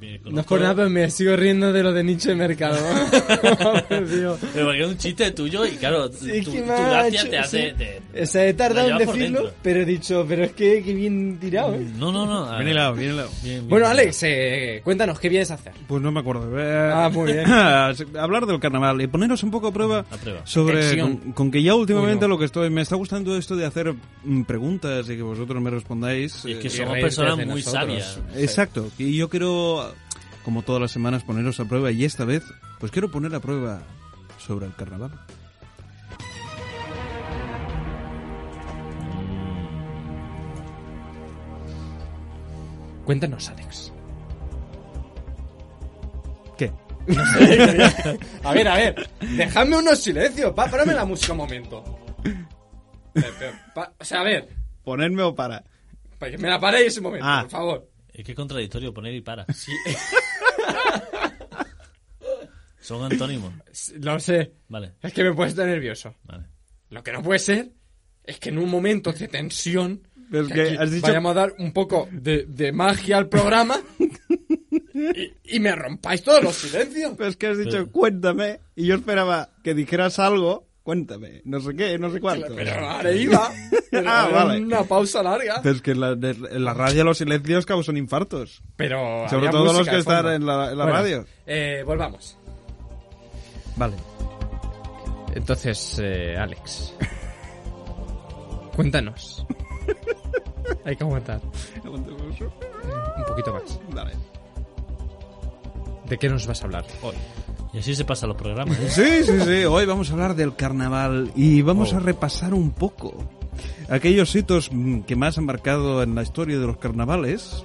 me
No es
conozco-
por nada, pero me sigo riendo de lo de nicho de mercado. Vamos, tío.
Pero porque es un chiste tuyo y claro,
Sí,
tu,
que
tu
me ha
gracia
hecho-
te hace...
sí.
te-
O sea, he tardado
la
en
llevas por
decirlo,
dentro.
pero he dicho, pero es que, que bien tirado, ¿eh?
No, no, no. a
Viene
ver.
helado, viene helado.
Bien, bien,
Bueno,
bien.
Alex, eh, cuéntanos, ¿qué vienes a hacer?
Pues no me acuerdo. Eh,
Ah, muy bien.
hablar del carnaval y poneros un poco a prueba,
A prueba.
sobre
Tensión.
con, con que ya últimamente
Uy, no.
lo que estoy me está gustando esto de hacer mm, preguntas y que vosotros me respondáis.
Y es
eh,
que
Y
somos
reírte
personas
de
muy
nosotros.
sabias.
Exacto. Y yo quiero, como todas las semanas, poneros a prueba y esta vez, pues quiero poner a prueba sobre el carnaval.
Cuéntanos, Alex.
¿Qué?
A ver, a ver, dejadme unos silencios, pa, párame la música un momento. Eh, pero, pa- o sea, a ver,
¿Ponerme o para?
para que me la paréis un momento,
Ah.
por favor.
Es que es contradictorio poner y para. Son antónimos.
S- Lo sé,
Vale,
es que me he puesto nervioso.
vale.
Lo que no puede ser es que en un momento de tensión
Pero es que
aquí
has dicho-
vayamos a dar un poco de, de magia al programa y, y me rompáis todos los silencios.
Pero es que has dicho,
Pero-
cuéntame. Y yo esperaba que dijeras algo cuéntame, no sé qué, no sé cuánto.
ahora iba.
Ah,
era
vale.
Una pausa larga.
Pero es que en la, en la radio los silencios causan infartos.
Pero
Sobre
había
todo los
música
que
de fondo.
están en la, en la
Bueno,
radio.
eh, volvamos.
Vale.
Entonces, eh, Alex. Cuéntanos. Hay que aguantar un poquito más.
Vale.
¿De qué nos vas a hablar hoy?
Y así se pasan los programas. ¿eh?
Sí, sí, sí. Hoy vamos a hablar del carnaval y vamos
Oh.
a repasar un poco aquellos hitos mm, que más han marcado en la historia de los carnavales.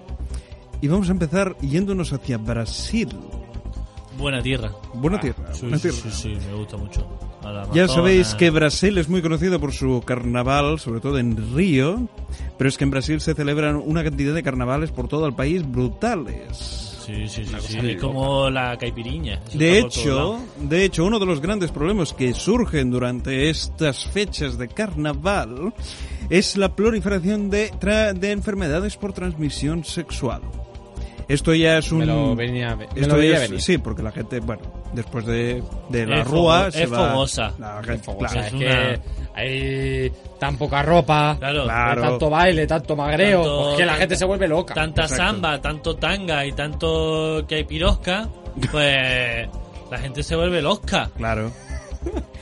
Y vamos a empezar yéndonos hacia Brasil.
Buena tierra.
Buena tierra,
Ah, Sí,
buena
sí,
tierra.
sí, sí, me gusta mucho. A la
Ya
Amazonas.
sabéis que Brasil es muy conocido por su carnaval, sobre todo en Río, pero es que en Brasil se celebran una cantidad de carnavales por todo el país brutales.
Sí, sí, sí.
cosa
sí.
muy
Es como la caipiriña. Eso
De
está por todos
hecho,
lados.
de hecho, uno de los grandes problemas que surgen durante estas fechas de carnaval es la proliferación de, tra- de enfermedades por transmisión sexual. Esto ya es un...
Me lo venía, me
Esto
lo veía
ya es-
venir.
sí, porque la gente, bueno, después de, de la
Es
rúa
fogo-
se
es
va...
fogosa.
La
Qué
gente-
fogosa,
claro.
es
es
que hay tan poca ropa,
Claro.
Claro.
tanto baile, tanto magreo,
Tanto-
pues que la gente se vuelve loca.
Tanta
Exacto.
samba, tanto tanga y tanto caipirosca, pues la gente se vuelve loca.
Claro.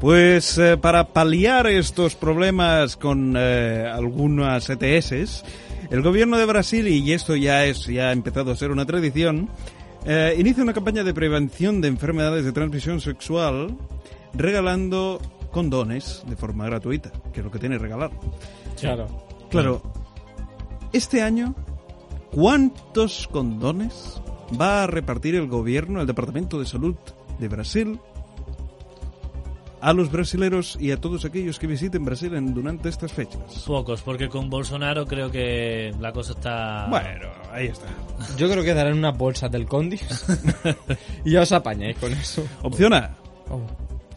Pues eh, para paliar estos problemas con eh, algunas ETS, el gobierno de Brasil, y esto ya, es, ya ha empezado a ser una tradición, eh, inicia una campaña de prevención de enfermedades de transmisión sexual regalando condones de forma gratuita, que es lo que tiene regalar.
Claro.
Claro, este año, ¿cuántos condones va a repartir el gobierno, el Departamento de Salud de Brasil, a los brasileros y a todos aquellos que visiten Brasil en- durante estas fechas?
Pocos, porque con Bolsonaro creo que la cosa
Ah.
está...
Bueno, ahí está.
Yo creo que darán unas bolsas del Condi y ya os apañáis con eso.
Opción A.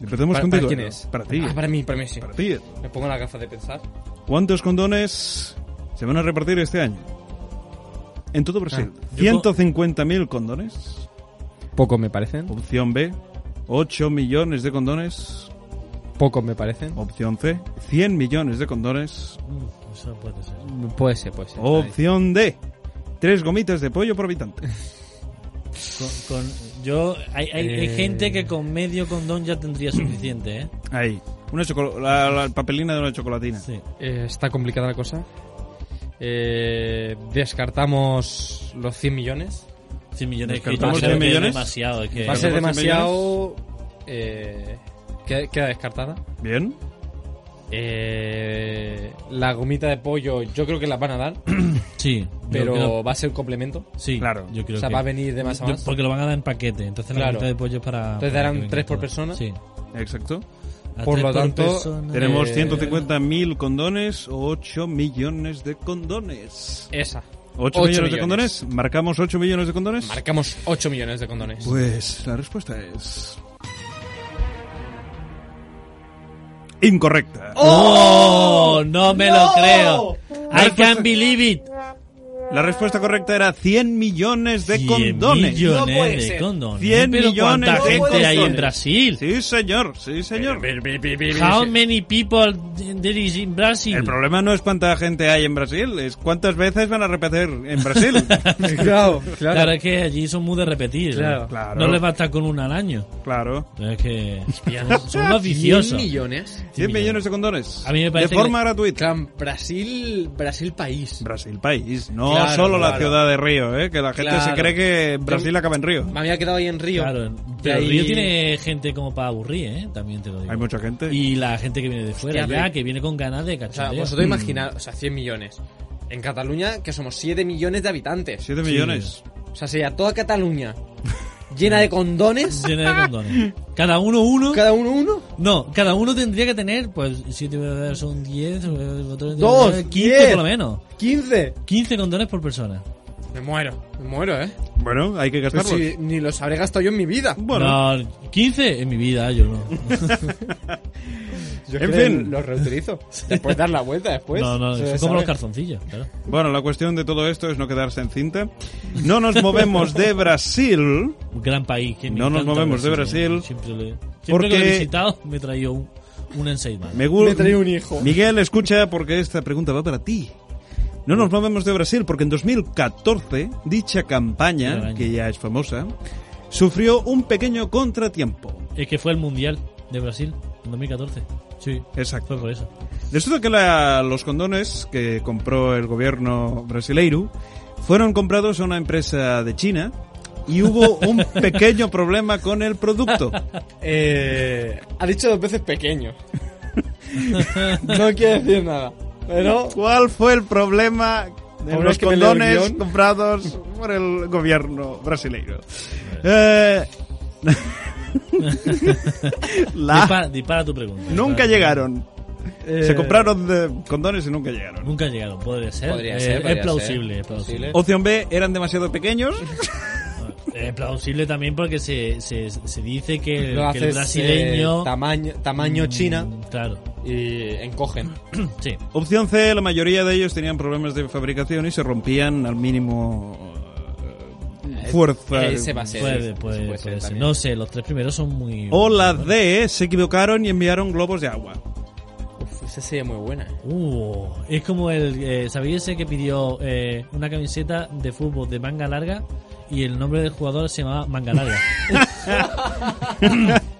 Empecemos
Oh. ¿Para, para
contigo.
quién es?
Para ti.
Ah, para mí, para mí sí.
Para ti.
Me pongo la gafa de pensar.
¿Cuántos condones se van a repartir este año? En todo Brasil.
Ah, yo puedo-
150.000 condones.
Poco me parecen.
Opción B, 8 millones de condones.
Poco me parecen.
Opción C, 100 millones de condones.
Mm, Eso puede ser.
Puede ser, puede ser.
Opción D, 3 gomitas de pollo por habitante.
Con, con- yo, hay, hay- hay
Eh.
gente que con medio condón ya tendría suficiente, ¿eh?
Ahí, una choco- la, la papelina de una chocolatina.
Sí.
Eh, está complicada la cosa. Eh, descartamos los 100 millones.
100 millones de
¿Descartamos
escritos,
100
creo que es
millones?
demasiado. es que-
Va a ser
¿Descartamos 100
demasiado... eh, queda, queda descartada.
Bien,
Eh, la gomita de pollo yo creo que la van a dar,
Sí, yo
pero
creo-
va a ser complemento.
sí,
claro.
Yo creo
O sea,
que-
va a venir de más a
Yo-
más.
Porque lo van a dar en paquete, entonces la
Claro.
mitad de pollo es para...
Entonces
para
darán
que venga
tres por
todo.
persona.
Sí.
exacto.
A
Por
tres
lo tanto,
persona.
Tenemos
Eh,
150.000 condones, 8 millones de condones.
Esa. Ocho
8 millones, de
millones.
condones, marcamos 8 millones de condones.
Marcamos 8 millones de condones.
Pues la respuesta es... Incorrecta.
¡Oh! ¡No me lo creo! ¡I can't believe it!
La respuesta correcta era 100 millones de
100
condones.
millones
No puede
de
ser.
condones.
100
Pero
millones
¿cuánta
de
gente hay en
condones.
Brasil?
Sí, señor, sí, señor.
How many people there is in Brazil?
El problema no es cuánta gente hay en Brasil, es cuántas veces van a repetir en Brasil.
claro,
claro. es que allí son muy de repetir. ¿eh?
Claro.
Claro.
No les basta con una al año.
claro.
Es que son unos viciosos.
millones.
100 millones de condones.
A mí me parece
de forma
que-
gratuita.
Claro, Brasil, Brasil país.
Brasil, país, no
Claro,
solo la
claro.
ciudad de Río, ¿eh? que la gente se
Claro.
cree que Brasil acaba en Río.
Me había quedado ahí en Río.
Claro,
Y
pero
ahí-
Río tiene gente como para aburrir, ¿eh? También te lo digo.
Hay mucha gente.
Y la gente que viene de fuera,
Hostia,
ya,
pero-
que viene con ganas de
O sea,
cachar.
vosotros imaginad, o sea, 100 millones. En Cataluña, que somos 7 millones de habitantes.
7 millones.
O sea, sería toda Cataluña llena de condones.
Llena de condones. Cada uno uno.
Cada uno uno.
No, cada uno tendría que tener, pues, si te son 10, otro-
Dos,
15
diez.
por lo menos.
15.
15 condones por persona.
Me muero, me muero, ¿eh?
Pues
Bueno, hay que
Pero
gastarlos.
si ni los habré gastado yo en mi vida.
Bueno,
No, 15 en mi vida, yo no.
Yo
En
creo que
fin.
Los reutilizo. Después dar la vuelta
Pues,
después.
no, no,
Se
son
sabe.
como los calzoncillos, claro.
bueno, la cuestión de todo esto es no quedarse en cinta. No nos movemos de Brasil.
Un gran país. que me
No nos
encanta
movemos de Brasil,
Siempre, le- siempre
porque-
que lo he visitado me he traído un, un ensaimado.
Me gu-
Me trae un hijo.
Miguel, escucha porque esta pregunta va para ti. No nos movemos de Brasil porque en 2014 dicha
Qué
campaña,
daño.
que ya es famosa, sufrió un pequeño contratiempo.
Es que fue el Mundial de Brasil en 2014. Sí,
Exacto.
fue por eso.
Resulta que la- los condones que compró el gobierno brasileiro fueron comprados a una empresa de China y hubo un pequeño problema con el producto.
Eh, ha dicho dos veces pequeño. no quiere decir nada. Pero
¿Cuál fue el problema de
Ahora
los
es que me leo el
condones
guión.
comprados por el gobierno brasileiro? Eh, la-
Dispara, dispara tu pregunta.
Ah. nunca
Dispara.
llegaron.
eh,
Se compraron de condones y nunca llegaron.
Nunca llegaron, podría ser.
Podría
Eh,
ser, podría
es plausible,
ser.
es plausible.
Opción B, eran demasiado pequeños.
Es plausible también porque se, se, se dice que, el-
Lo
que
haces,
el brasileño.
eh, tamaño, tamaño China
Mm, Claro,
y encogen.
sí.
Opción C, la mayoría de ellos tenían problemas de fabricación y se rompían al mínimo eh, fuerza.
Ese va a ser.
Puede,
ese
puede,
puede ser
puede ser.
también.
No sé, los tres primeros son muy.
O la D, se equivocaron y enviaron globos de agua.
Uf, esa sería muy buena. eh.
Uh, es como el. eh, ¿Sabéis ese que pidió eh, una camiseta de fútbol de manga larga? Y el nombre del jugador se llamaba Manga Larga.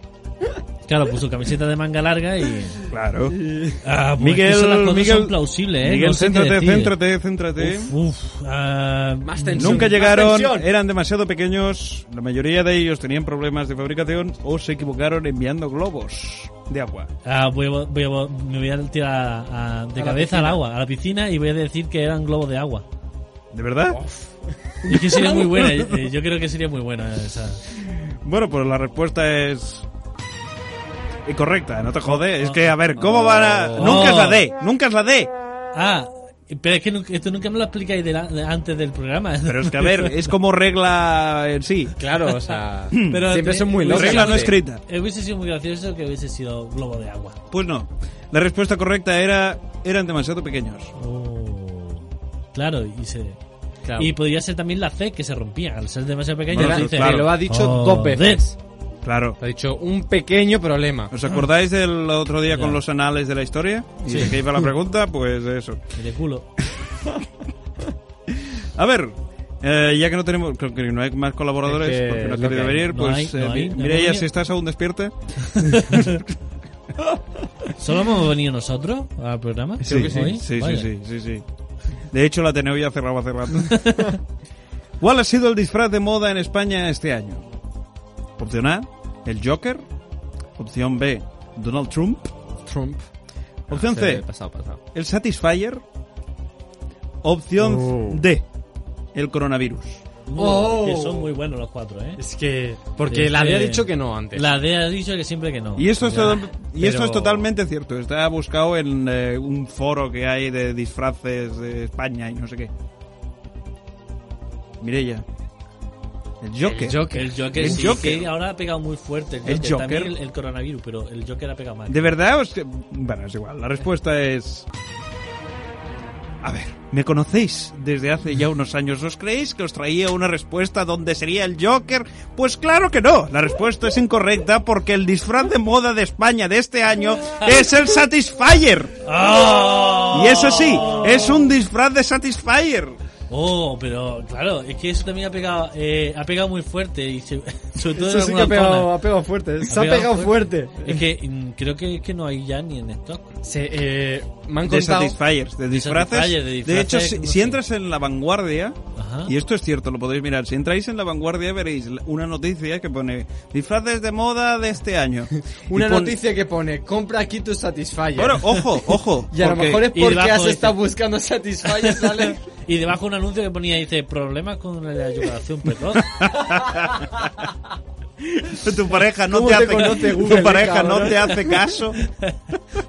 claro, puso camiseta de manga larga y.
Claro.
Ah, pues
Miguel,
es que son las cosas
Miguel,
son plausibles, ¿eh?
Miguel,
No sé qué
céntrate,
decir.
céntrate, céntrate.
Uf, uf, ah,
Más tensión.
Nunca
más
llegaron,
tensión.
eran demasiado pequeños, la mayoría de ellos tenían problemas de fabricación o se equivocaron enviando globos de agua.
ah, voy, a- voy a- me voy a tirar a- a- de cabeza al agua, a la piscina, y voy a decir que eran globos de agua.
¿De verdad?
Oh. Es que sería muy buena, eh, yo creo que sería muy buena esa.
Bueno, pues la respuesta es incorrecta, no te jode. Es que, a ver,
Oh.
¿cómo van a...? Nunca es la D, nunca es la D.
Ah, pero es que nunca- esto nunca me lo explicáis de la- de- antes del programa.
Pero es que, a ver, es como regla en sí.
Claro, o sea.
Pero
siempre
te-
son muy locos.
Regla no
Sí.
escrita.
Eh, Hubiese sido muy gracioso que hubiese sido globo de agua.
Pues no, la respuesta correcta era... Eran demasiado pequeños.
Oh, claro, y se...
Claro.
Y podría ser también la C que se rompía. Al ser demasiado pequeña,
Bueno,
se
Te
dice,
claro.
lo ha dicho
Oh,
dos veces.
Claro.
Te ha dicho un pequeño problema.
¿Os acordáis del otro día con
Ya.
los anales de la historia? ¿Y de qué iba la pregunta? Pues eso.
"Ves", de culo.
A ver, eh, ya que no tenemos, creo que no hay más colaboradores
Es que
porque no ha
es lo
querido
que hay.
venir,
No
pues
hay, no
eh,
hay,
mi-
no
Mireia,
hemos
si
venido.
estás aún despierta,
¿Solo hemos venido nosotros al programa?
sí,
¿Hoy?
sí, sí,
Vaya.
sí, sí, sí. De hecho, la Ateneo ya cerraba hace rato. ¿Cuál ha sido el disfraz de moda en España este año? Opción A, el Joker. Opción B, Donald Trump.
Trump.
Opción
Ah,
Sí,
C,
Pasado, pasado.
el Satisfyer. Opción
Oh.
D, el coronavirus.
Oh,
Oh.
Que son muy buenos los cuatro, ¿eh?
Es que. Porque
Es
le había
que-
dicho que no antes.
La D ha dicho que siempre que no.
Y esto es,
Ya.
todo- y esto
pero-
es totalmente cierto. Está buscado en eh, un foro que hay de disfraces de España y no sé qué. Mirella. El Joker.
El Joker.
El Joker,
El
sí,
Joker.
que ahora ha pegado muy fuerte. El
El
Joker. También
Joker.
el, el coronavirus, pero el Joker ha pegado más.
¿De verdad? os- Bueno, es igual. La respuesta es... A ver, me conocéis desde hace ya unos años. ¿Os creéis que os traía una respuesta donde sería el Joker? Pues claro que no. La respuesta es incorrecta porque el disfraz de moda de España de este año es el Satisfyer.
¡Oh!
Y eso sí, es un disfraz de Satisfyer.
Oh, pero claro, es que eso también ha pegado, eh, ha pegado muy fuerte. Y se- sobre todo
eso
en
sí que ha
algunas
pegado,
zonas.
ha pegado fuerte. Se ha
pegado
pegado fuerte.
Es que mm, creo que, es que no hay ya ni en stock.
Se, eh, me han
De
contado.
Satisfyers, de disfraces.
Satisfyer, de
De,
disfraces,
hecho, si,
no
si
sé.
entras en la vanguardia,
Ajá.
y esto es cierto, lo podéis mirar, si entráis en la vanguardia veréis la- una noticia que pone disfraces de moda de este año. Y
Una
pon-
noticia que pone, compra aquí tu Satisfyer.
Bueno, ojo, ojo.
y a lo
porque-
mejor es
y
porque
debajo
has
dice-
estado buscando Satisfyer, ¿vale?
Y debajo un anuncio que ponía, dice, problemas con la eyaculación precoz.
tu pareja no
¿Cómo
te
te
hace
conoce
tu
Google, eh,
pareja
cabrón?
no te hace caso.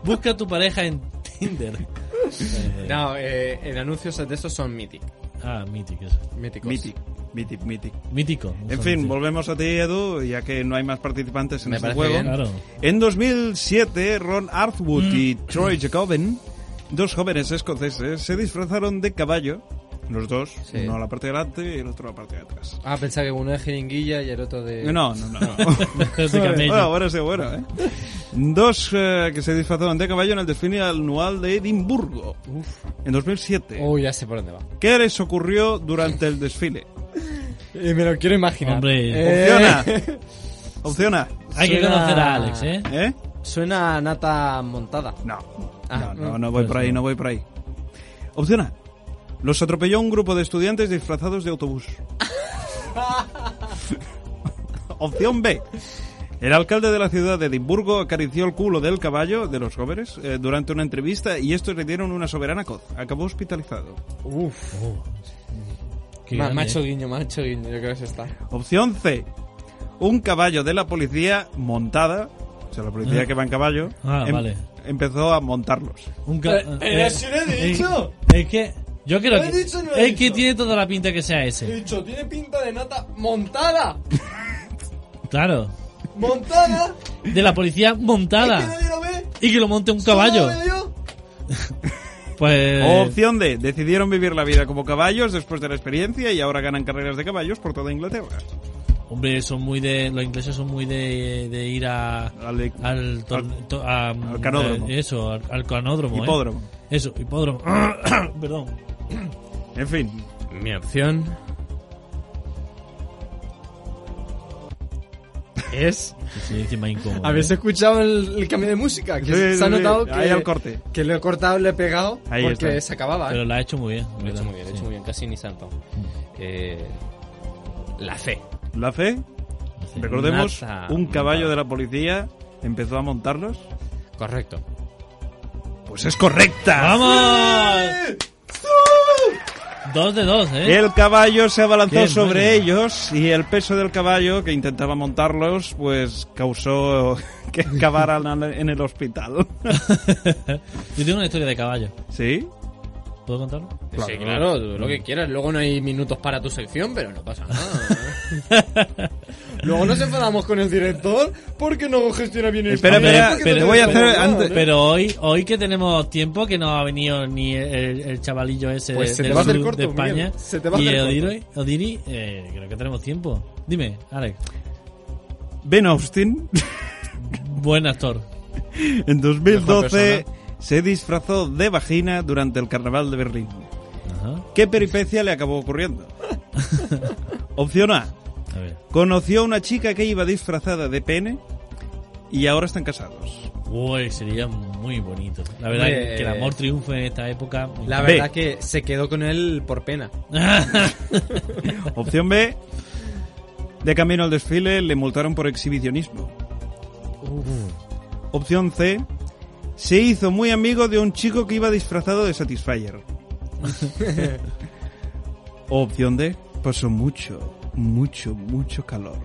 Busca a tu pareja en Tinder.
No, eh, en anuncios de esos son Mythic.
Ah, mítico eso.
Míticos.
Mític, mític, mític.
Mítico.
En fin, volvemos a ti, Edu, ya que no hay más participantes en
Me
este
parece
juego.
bien.
Claro.
En 2007, Ron Arthwood y Troy Jacobin, dos jóvenes escoceses, se disfrazaron de caballo, los dos,
Sí.
uno a la parte de delante y el otro a la parte de atrás.
Ah, pensaba que uno de jeringuilla y el otro de.
No, no, no.
De camello.
bueno, bueno, sí, bueno, ¿eh? Dos eh, que se disfrazaban de caballo en el desfile anual de Edimburgo, en 2007.
Uy, ya sé por dónde va.
¿Qué les ocurrió durante el desfile?
Eh, me lo quiero imaginar. Eh,
Hombre.
Eh.
Opciona. Opción A.
Hay que
Suena-
conocer a Alex, ¿eh?
¿Eh?
Suena a nata montada.
No.
Ah,
no, no, no voy por ahí, no voy por ahí. Opción A. Los atropelló un grupo de estudiantes disfrazados de autobús. Opción B. El alcalde de la ciudad de Edimburgo acarició el culo del caballo de los jóvenes eh, durante una entrevista y estos le dieron una soberana coz. Acabó hospitalizado.
Uf.
Oh, Qué
Ma-
grande,
macho
¿eh?
guiño, macho guiño, yo creo que es esta.
Opción C. Un caballo de la policía montada, o sea, la policía que va en caballo, em-
Ah, vale.
empezó a montarlos.
Un ca-
Eh, eh, ¿sí lo he
eh,
dicho?
Es que. Yo creo
¿Lo he
que.
dicho o no lo he
es que
dicho?
tiene toda la pinta que sea
He
ese.
dicho, tiene pinta de nata montada.
Claro.
Montada.
De la policía
¿Es que
montada.
nadie lo ve?
Y que lo monte un
¿Solo
caballo.
lo veo yo?
Pues.
Opción D. Decidieron vivir la vida como caballos después de la experiencia y ahora ganan carreras de caballos por toda Inglaterra.
Hombre, son muy de. Los ingleses son muy de, de ir a.
Ale-
Al, tor- to- a-
al canódromo.
eh, Eso, al, al canódromo. ¿eh?
Hipódromo.
Eso, hipódromo. Perdón.
En fin.
Mi opción es
El silencio más incómodo.
¿Habéis escuchado el, el cambio de música? Que
Sí,
se
sí,
ha notado
sí.
que,
Ahí al corte.
que lo he cortado y lo he pegado
Ahí
porque
está.
se acababa.
Pero
¿eh?
la ha hecho muy bien.
Lo he hecho
¿verdad?
muy bien, lo he hecho
Sí.
muy bien, casi ni santo. Eh, la fe.
La fe.
Sí.
Recordemos,
Nata.
un caballo de la policía empezó a montarlos.
Correcto.
Pues es correcta.
¡Vamos! Dos de dos, ¿eh?
El caballo se abalanzó
Qué
sobre
madre.
ellos y el peso del caballo que intentaba montarlos, pues causó que acabaran en el hospital.
Yo tengo una historia de caballo.
¿Sí?
¿Puedo contarlo?
Sí, claro, tú lo que quieras. Luego no hay minutos para tu sección, pero no pasa nada. ¿eh?
Luego nos enfadamos con el director porque no gestiona bien el
Espera,
papel,
espera,
porque
pero
no
voy a
tiene
hacer
cuidado,
antes-
¿eh?
Pero hoy, hoy que tenemos tiempo, que no ha venido ni el, el chavalillo ese
Pues
de-
se te
del
va a hacer
sur
corto,
de España
Miguel, se te va a
y
hacer
el
corto.
Odiri, Odiri, eh, creo que tenemos tiempo. Dime, Alex,
Ben Austin
buen actor.
En
Mejor
2012 se disfrazó de vagina durante el carnaval de Berlín.
Ajá,
¿Qué peripecia le acabó ocurriendo? Opción A.
a ver.
Conoció a una chica que iba disfrazada de pene y ahora están casados.
Uy, sería muy bonito. La verdad
Hombre,
que el amor triunfe en esta época. muy-
La
Ve.
verdad que se quedó con él por pena.
Opción B. De camino al desfile le multaron por exhibicionismo. Opción C. Se hizo muy amigo de un chico que iba disfrazado de Satisfyer. Opción D. Pasó mucho, mucho, mucho calor.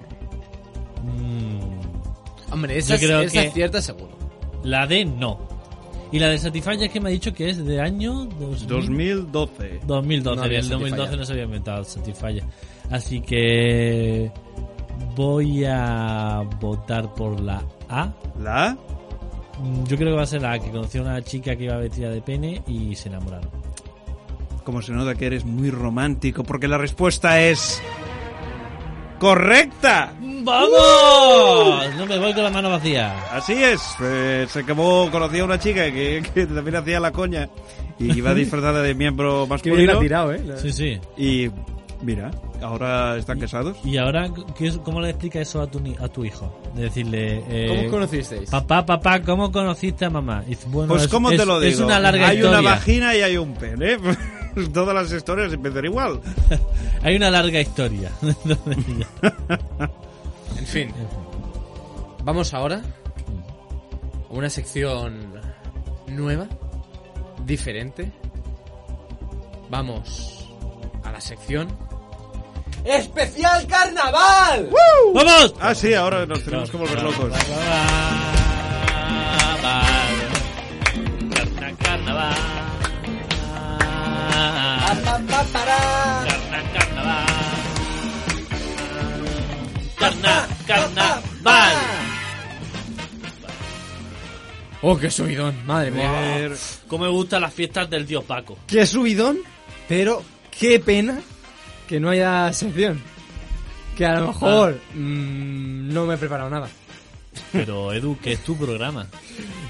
Mm,
Hombre, esa,
Yo creo
es, esa
que-
es cierta seguro.
la de no. Y la de Satisfyer que me ha dicho que es de año 2000.
2012.
2012,
No
en
había
el 2012
Satisfyer.
no se había inventado el Satisfyer. Así que voy a votar por la A.
La A.
Mm, Yo creo que va a ser la A, que conoció a una chica que iba vestida de pene y se enamoraron.
Como se nota que eres muy romántico, porque la respuesta es. ¡Correcta!
¡Vamos! No me voy con la mano vacía.
Así es. eh, se acabó, conocía a una chica que, que también hacía la coña y iba disfrazada de miembro
Qué bien la
masculino.
ha tirado, ¿eh? La-
Sí, sí.
Y mira, ahora están casados.
¿Y ahora ¿qué es- cómo le explica eso a tu, ni- a tu hijo? De decirle... eh,
¿Cómo os conocisteis?
Papá, papá, ¿cómo conociste a mamá? Y dice, bueno,
Pues
es-
cómo te
es-
lo digo.
Es una larga
hay
historia.
una vagina y hay un pene. ¿eh? Todas las historias empiezan igual.
Hay una larga historia.
En fin. Vamos ahora a una sección nueva, diferente. Vamos a la sección.
¡Especial carnaval!
¡Vamos!
Ah, sí, ahora nos tenemos que volver locos.
Carna- carnaval.
Pa, pa, para.
Carna- carnaval. Carna- carnaval.
¡Oh, qué subidón! Madre mía.
Ver-
Cómo me gustan las fiestas del dios Paco.
Eh, ¡Qué subidón! Pero qué pena que no
Ah.
haya sección. Que a lo mejor mm, no me he preparado nada.
Pero Edu, que es tu programa.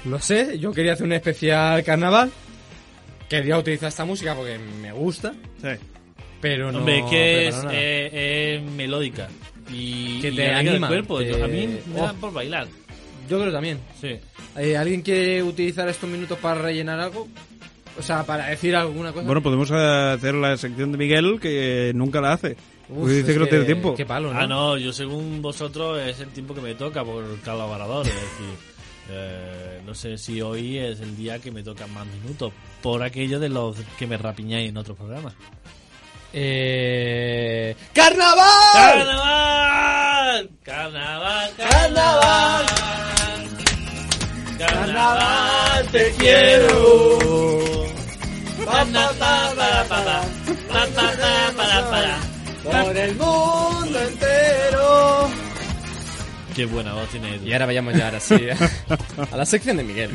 No sé, yo quería hacer un especial carnaval. Quería utilizar esta música porque me gusta,
Sí.
pero no.
Hombre, que es
preparo nada.
eh, eh, melódica. Y,
Que
y
te
arranca el
anima,
cuerpo.
te-
A mí me dan
Oh.
por bailar. Ah,
Yo creo también.
Sí.
Eh, ¿Alguien quiere utilizar estos minutos para rellenar algo? O sea, para decir alguna cosa.
Bueno, podemos hacer la sección de Miguel que nunca la hace.
Uf,
Porque dice
es
que no tiene tiempo.
Qué palo, ¿no?
Ah, no, yo según vosotros es el tiempo que me toca por cada varador. Es decir, eh, no sé si hoy es el día que me tocan más minutos. Por aquello de los que me rapiñáis en otros programas.
Eh... ¡Carnaval!
¡Carnaval! ¡Carnaval! ¡Carnaval! ¡Carnaval!
te quiero.
Pa, pa, pa, para, para. Pa, pa, pa, para, para.
Por el mundo entero.
Qué buena voz tiene Edu.
Y ahora vayamos ya, ahora sí.
A la sección de Miguel.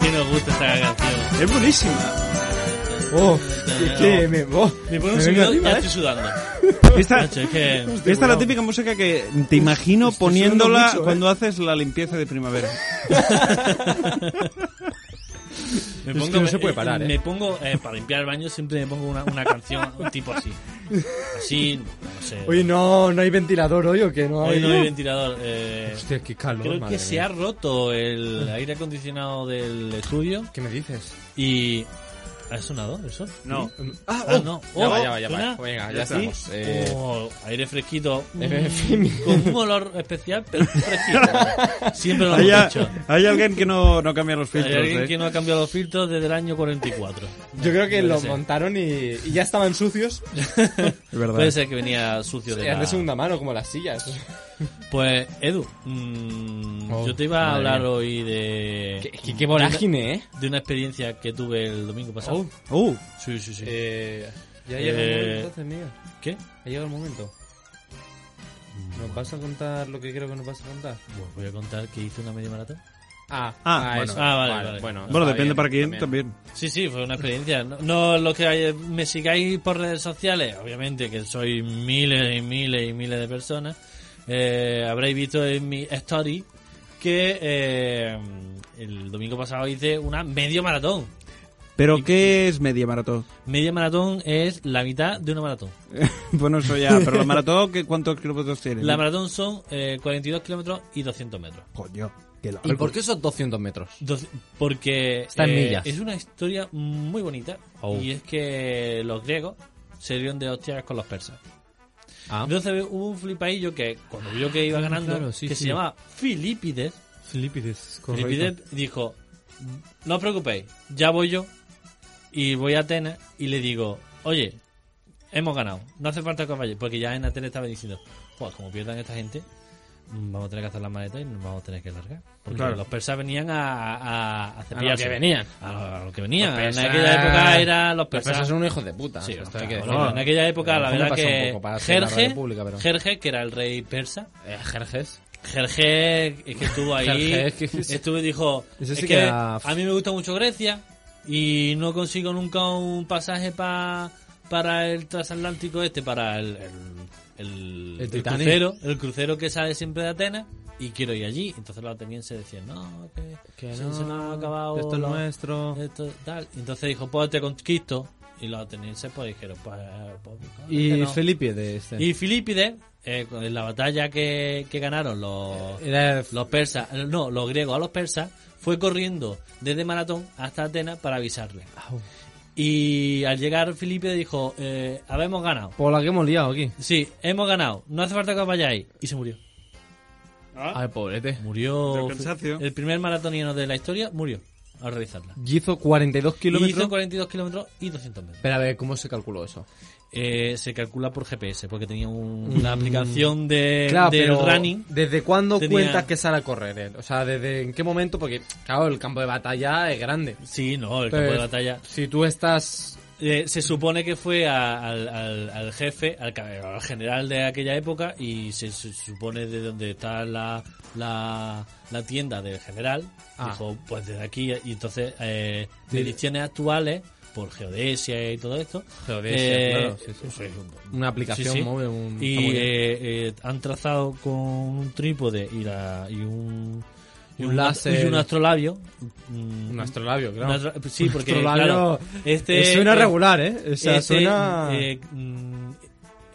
Que nos gusta esta canción.
Es buenísima.
Oh, es que me. oh, me
Me pone un
vengo
sonido y
arriba,
ya
¿eh?
estoy sudando.
Esta,
Nacho, es que...
esta es la típica música que te imagino
estoy sudando
poniéndola
mucho, ¿eh?
cuando haces la limpieza de primavera.
Me
que no se puede parar, ¿eh?
Me pongo, eh, para limpiar el baño, siempre me pongo una, una canción, un tipo así. Así, no sé.
Oye, no, no hay ventilador hoy o que no hay.
Hoy no hay ventilador. Eh,
Hostia, qué calor,
creo
madre
que se
mía.
ha roto el aire acondicionado del estudio
¿Qué me dices?
y... ¿Ha sonado eso?
No.
Ah,
Ah,
oh,
no.
Ya
Oh,
va, ya va, ya
¿suena?
va. Venga, ya
¿Sí?
estamos. Eh,
Oh, aire fresquito.
En fin.
Con un olor especial, pero fresquito. Siempre lo
Hay,
hemos
a-
dicho.
hay alguien que no, no cambia los
Hay
filtros.
alguien
¿eh?
que no ha cambiado los filtros desde el año 44.
Yo creo que
Puede
lo
ser.
montaron y, y ya estaban sucios.
Es verdad.
Puede ser que venía sucio de
Eran
la...
de segunda mano, como las sillas.
Pues, Edu, mm,
Oh,
yo te iba a
madre
hablar
mía.
hoy de,
Qué, qué, qué vorágine, ¿eh?
de una experiencia que tuve el domingo pasado.
Oh.
Uh,
Sí, sí, sí.
eh, ya
Eh,
llega el momento, entonces, Miguel.
¿Qué?
Ha llegado el momento. ¿Nos vas a contar lo que creo que nos vas a contar?
Bueno, voy a contar que hice una media maratón.
Ah,
Ah, bueno.
eso.
Ah, vale, vale.
Bueno,
bueno,
está
depende
bien,
para quién también.
Sí, sí, fue una experiencia. No, no los que hay- me sigáis por redes sociales, obviamente que soy miles y miles y miles de personas, eh, habréis visto en mi story que eh, el domingo pasado hice una medio maratón.
¿Pero qué es media maratón?
Media maratón es la mitad de una maratón.
bueno, eso ya. Pero la maratón, ¿qué- ¿cuántos kilómetros tiene?
La maratón son eh, 42 kilómetros y 200 metros.
Coño, qué largo.
¿Y por qué esos 200 metros?
Doce- Porque
Está en
eh,
millas.
es una historia muy bonita
Oh.
y es que los griegos se dieron de hostias con los persas.
Ah,
Entonces hubo un flipaillo que cuando vio que iba ganando,
claro, sí,
que
sí.
se llamaba Filipides,
Filipides,
Filipides dijo, no os preocupéis, ya voy yo y voy a Atenas y le digo, oye, hemos ganado, no hace falta que os vayáis, porque ya en Atenas estaba diciendo, "Buah, como pierdan esta gente, mm, vamos a tener que hacer la maleta y nos vamos a tener que largar. Porque
Claro.
los persas venían a, a, a
A lo
cepillarse.
que venían.
A lo, a lo que venían.
Los persas-
en aquella época eran los
Los
persas.
persas son unos hijos de puta.
Sí,
o sea,
los
esto hay que
cabrones.
decirlo.
En aquella
A
época,
lo
la
mejor me
verdad
pasó un
que
poco para hacer la
Jerje,
radio pública, pero-
Jerje, que era el rey persa,
Eh, Jerjes.
Jerje es que estuvo ahí,
Jerjes, que- que-
estuvo y dijo,
Ese
es
sí
que,
que era-
a mí me gusta mucho Grecia y no consigo nunca un pasaje pa, para el transatlántico este, para el, el, el-
El
el
Titanic.
crucero, el crucero que sale siempre de Atenas y quiero ir allí. Entonces los atenienses decían, no, que, se- se nos ha acabado
Esto es
la-
nuestro.
esto, tal. Entonces dijo, pues te conquisto. Y los atenienses pues dijeron, pues... pues,
Y
no.
Felipe de este.
Y Filipides, eh, en la batalla que, que ganaron los,
Era
los persas, eh, no, los griegos a los persas, fue corriendo desde Maratón hasta Atenas para avisarle. Y al llegar Filipides dijo, eh, habemos ganado.
por la que hemos liado aquí.
Sí, hemos ganado, no hace falta que os vayáis. Y se murió.
Ah.
Ah.
Ay, pobrete.
Murió
Del cansancio.
el primer maratoniano de la historia, murió al realizarla.
Y hizo 42
Y
kilómetros.
hizo 42 kilómetros y 200 metros.
Pero a ver, ¿cómo se calculó eso?
Eh, se calcula por GPS, porque tenía un- una aplicación de, Eh, del running.
¿desde cuándo
tenía-
cuentas que sale a correr él? O sea, ¿desde en qué momento? Porque, claro, el campo de batalla es grande.
Sí, no, el
Pero
campo de batalla.
Si tú estás
Eh, se supone que fue a- al, al- al jefe, al, ca- eh, al general de aquella época, y se, su- supone de donde está la, la, la tienda del general.
Ah.
Dijo, pues desde aquí, y entonces, eh, direcciones actuales, por geodesia y todo esto.
Geodesia,
eh,
claro, sí, sí.
fue-
Una aplicación
sí, sí.
móvil. un-
Y
está muy bien.
eh, eh, han trazado con un trípode y, la, y un. y
Un láser.
Y un astrolabio. mm,
un astrolabio, claro.
una tra- sí, porque
Astrolabio,
claro, este
Eh, suena
eh,
regular, ¿eh? O sea,
este,
suena...
eh, mm,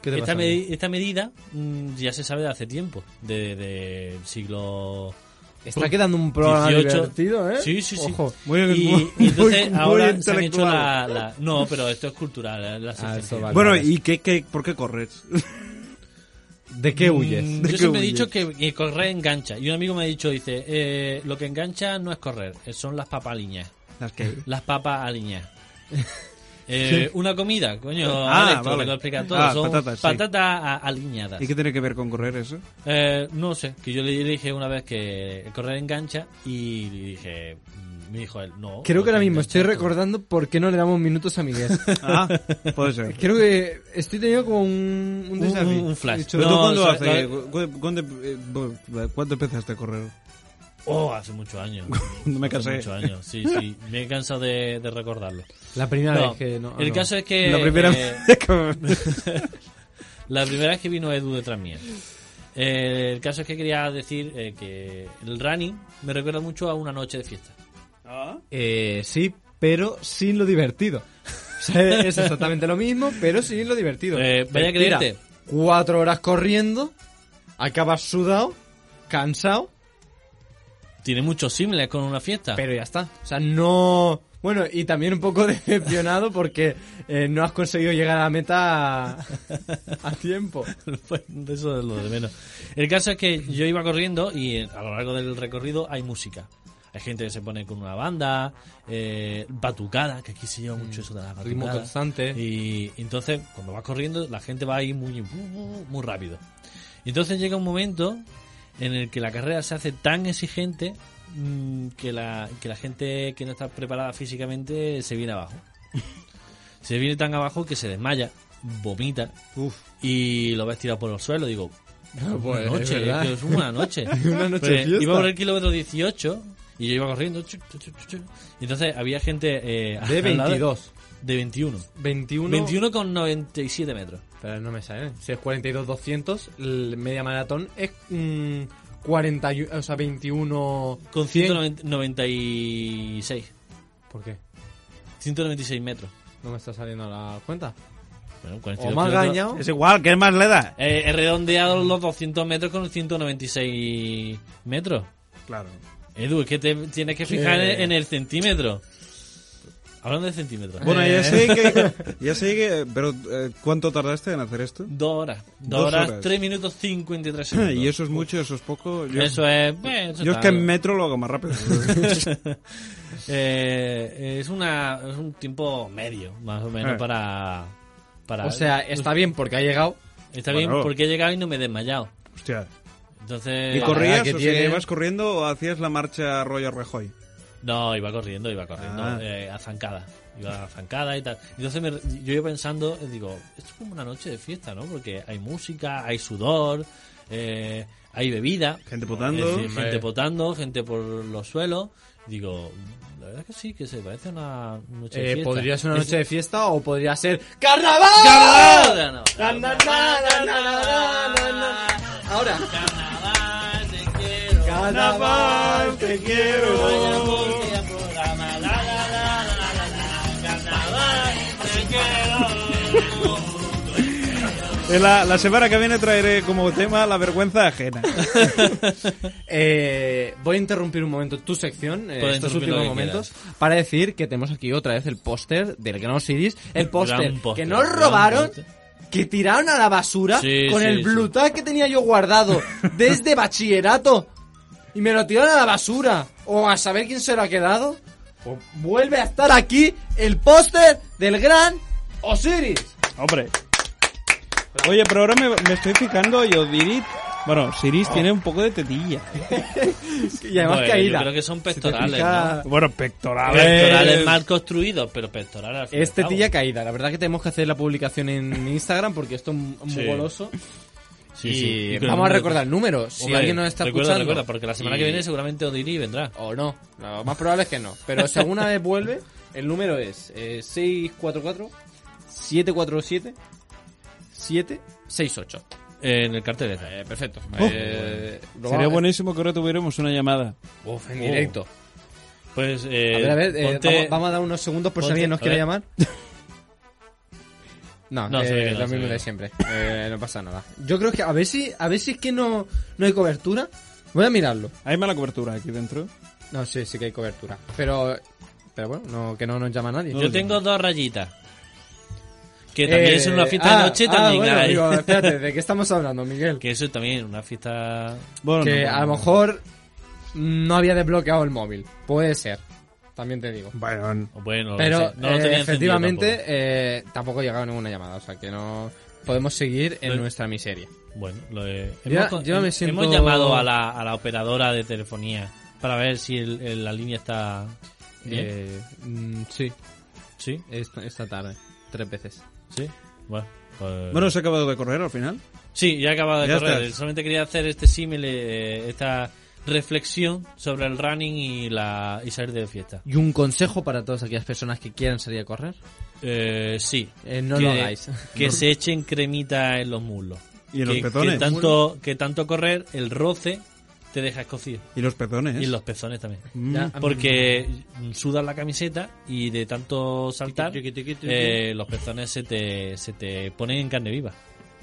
¿Qué te
esta,
pasa?
medi- esta medida mm, ya se sabe de hace tiempo, de, de siglo
Está quedando un programa
18.
divertido, ¿eh?
Sí, sí, sí.
Ojo.
Muy,
y,
muy-
y entonces
muy
ahora se han
intelectual.
hecho la, la- no, pero esto es cultural, eh, la
Ah, eso
sexta.
vale.
Bueno, ¿y qué, qué, por qué corres?
¿De qué
Mm,
huyes?
Yo
¿De qué
siempre he
huyes?
dicho que, que correr engancha. Y un amigo me ha dicho, dice, eh, lo que engancha no es correr, eh, son las papas aliñadas.
Las que-
Las papas aliñadas. Eh, una comida, coño,
Ah,
Alex, te lo
vale.
explica todo.
Ah,
son
patatas, sí.
a- aliñadas.
¿Y qué tiene que ver con correr eso?
Eh, no sé, que yo le dije una vez que el correr engancha y le dije, mm, me dijo él, no.
Creo que ahora mismo
engancha
estoy
tú.
recordando por qué no le damos minutos a Miguel.
Ah, puede ser.
Creo que estoy teniendo como un, un
Un-
déjà vu.
un- un flash.
Dicho,
¿Tú
No,
cuándo,
o sea,
hace-
no-
cu- cuándo, eh, bu- cuándo empezaste a correr?
Oh, hace muchos años.
Cuando me
Hace
casé.
muchos años, sí, sí. Me he cansado de, de recordarlo.
La primera
No,
vez Ah, que... No,
el
no.
caso es que.
La primera
eh,
vez que-
La primera vez que vino Edu detrás mía. Eh, el caso es que quería decir eh, que el running me recuerda mucho a una noche de fiesta.
Eh,
Sí, pero sin lo divertido. O sea, es exactamente lo mismo, pero sin lo divertido.
Eh, vaya
Te
que
tiras
diente.
Cuatro horas corriendo, acabas sudado, cansado,
Tiene muchos símiles con una fiesta.
pero ya está. O sea, no... Bueno, y también un poco decepcionado porque eh, no has conseguido llegar a la meta a, a tiempo.
Bueno, de eso es lo de menos. El caso es que yo iba corriendo y eh, a lo largo del recorrido hay música. Hay gente que se pone con una banda, eh, batucada, que aquí se lleva mucho eso de la batucada.
ritmo constante.
Y entonces, cuando vas corriendo, la gente va ahí muy, muy rápido. Y entonces llega un momento en el que la carrera se hace tan exigente mm, que la, que la gente que no está preparada físicamente se viene abajo. Se viene tan abajo que se desmaya, vomita y lo ves tirado por el suelo. Digo,
pues,
una noche,
es verdad.
que es una noche.
Una noche de
Pues,
fiesta.
iba por el kilómetro 18 y yo iba corriendo. chu, chu, chu, chu, chu. Y entonces había gente... eh,
De
al lado-
22.
De 21.
21...
21 con 97 metros.
Pero no me sale. Si es 42-200, el media maratón es... mm, 40, y- o sea, 21...
Con
100.
196.
¿Por qué?
196 metros.
No me está saliendo la cuenta.
Bueno,
O
42
me has
kilómetros.
engañado.
Es igual, ¿qué más le da?
Eh, he redondeado los 200 metros con 196 metros.
Claro.
Edu, es que te tienes que fijar en, en el centímetro. Hablando de centímetros.
Bueno, ya sé que... Ya sé que... Pero, eh, ¿cuánto tardaste en hacer esto?
Dos horas. Dos,
Dos
horas,
horas.
3 minutos 53 segundos.
¿Y eso es mucho, eso es poco? Yo,
Eso es. bueno, eso
yo es
está
que en
bien.
metro lo hago más rápido.
Eh, es, una, es un tiempo medio, más o menos,
Eh.
para, para.
O sea,
Pues
está bien porque ha llegado.
Está
Bueno.
bien porque he llegado y no me he desmayado.
Hostia.
Entonces.
¿Y
la
corrías?
verdad que
o sea,
tiene-
¿Ibas corriendo o hacías la marcha rollo Rejoy?
No, iba corriendo, iba corriendo,
Ah.
eh, a zancada. Iba a zancada y tal. Entonces me- yo iba pensando, eh, digo, esto es como una noche de fiesta, ¿no? Porque hay música, hay sudor, eh, hay bebida.
Gente potando.
Es decir, gente
Hombre.
potando, gente por los suelos. Digo, la verdad que sí, que se parece a una noche de
Eh,
fiesta.
podría ser una
Es-
noche de fiesta o podría ser ¡Carnaval!
¡Carnaval!
Ahora.
Carnaval, te quiero.
Carnaval, te
Vaya
quiero.
porquería programa, la, la, la, la, la, la, carnaval, te quiero.
Eh, La, la semana que viene traeré como tema la vergüenza ajena.
Eh, voy a interrumpir un momento tu sección, eh, estos
Puedes interrumpir
últimos
lo que
momentos, para decir que tenemos aquí otra vez el póster del Gran Osiris. El póster
Gran póster,
que nos
gran
robaron,
póster.
que tiraron a la basura
Sí,
con
sí,
el
sí.
blue tag que tenía yo guardado desde bachillerato. Y me lo tiraron a la basura. O a saber quién se lo ha quedado. Pues vuelve a estar aquí el póster del Gran Osiris.
Hombre. Oye, pero ahora me, me estoy fijando y os dirí Bueno, Siris tiene un poco de tetilla.
Y además
Bueno,
caída.
Yo creo que son pectorales,
fijas-
¿no?
Bueno, pectorales.
Pectorales mal construidos, pero pectorales. al fin y al
Este
cabo.
tía caída. La verdad que tenemos que hacer la publicación en Instagram porque esto es un- un
Sí.
goloso.
Sí,
y
sí. Y con el
vamos a
número-
recordar números. Si
Hombre,
alguien nos está
recuerda,
escuchando.
recuerda, porque la semana
y-
que viene seguramente Odili vendrá.
O no. Lo más probable es que no. Pero si alguna vez vuelve, el número es eh, 644-747-768.
En el cartel de
Eh, perfecto.
Oh.
Eh, lo
Sería
vamos-
buenísimo que ahora tuviéramos una llamada.
Uf,
Uh.
en directo.
Pues, eh,
a ver, a ver, eh,
ponte-
vamos, vamos a dar unos segundos por si
ponte-
alguien nos
a
quiere
ver.
llamar. No,
No,
eh,
se ve que
lo
no, se
mismo
ve
de
que no.
siempre. Eh, no pasa nada. Yo creo que a ver si, a ver si es que no, no hay cobertura. Voy a mirarlo.
Hay mala cobertura aquí dentro.
No, sí, sí que hay cobertura. Pero, pero bueno, no, que no nos llama nadie.
Yo tengo dos rayitas. Que también
Eh,
es una fiesta
ah,
de noche,
ah,
también
bueno,
hay.
digo, espérate, ¿de qué estamos hablando, Miguel?
Que eso también es una fiesta.
Bueno,
que
no, no,
a lo
no.
mejor no había desbloqueado el móvil. Puede ser. También te digo.
Bueno,
Bueno, no
Pero
sé, no lo
eh,
tenía encendido
efectivamente eh, tampoco. llegaba ninguna llamada, o sea que no podemos seguir en
No-
nuestra miseria.
tampoco. Bueno, lo he-
Ya-
hemos, con-
ya me
hemos
siento-
llamado a la, a la operadora de telefonía para ver si el- el- la línea está. bien.
Eh, mm, sí,
sí,
esta, esta tarde, tres veces.
sí. Bueno, pues-
bueno, se ha acabado de correr al final.
Sí, ya he acabado de
Ya
correr.
estás.
Solamente quería hacer este símil, eh, esta reflexión sobre el running y la y salir de fiesta.
Y un consejo para todas aquellas personas que quieran salir a correr.
Eh, sí.
Eh, no
que,
lo hagáis.
Que se echen cremita en los muslos.
Y en los
que,
pezones.
que tanto, que tanto correr, el roce te deja escocido.
Y los pezones.
Y en los pezones también.
Mm.
Ya,
Porque sudas la camiseta y de tanto saltar, eh, los pezones se te, se te ponen en carne viva.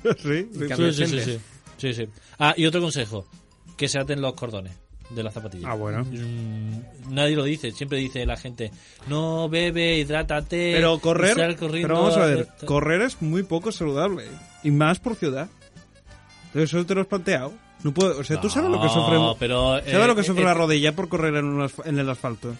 sí, sí, sí.
Sí, sí, sí, sí. Sí, sí. Ah, y otro consejo: que se aten los cordones de las zapatillas.
Ah, bueno.
Mm, Nadie lo dice, siempre dice la gente: no bebe, hidrátate.
Pero correr,
sal corriendo,
pero vamos a ver,
hacer-
correr es muy poco saludable y más por ciudad. Entonces eso te lo has planteado. No puedo, o sea, tú sabes lo que
No,
sufre,
pero, eh,
sabes lo que sufre
eh,
la rodilla por correr en, un asf- en el asfalto.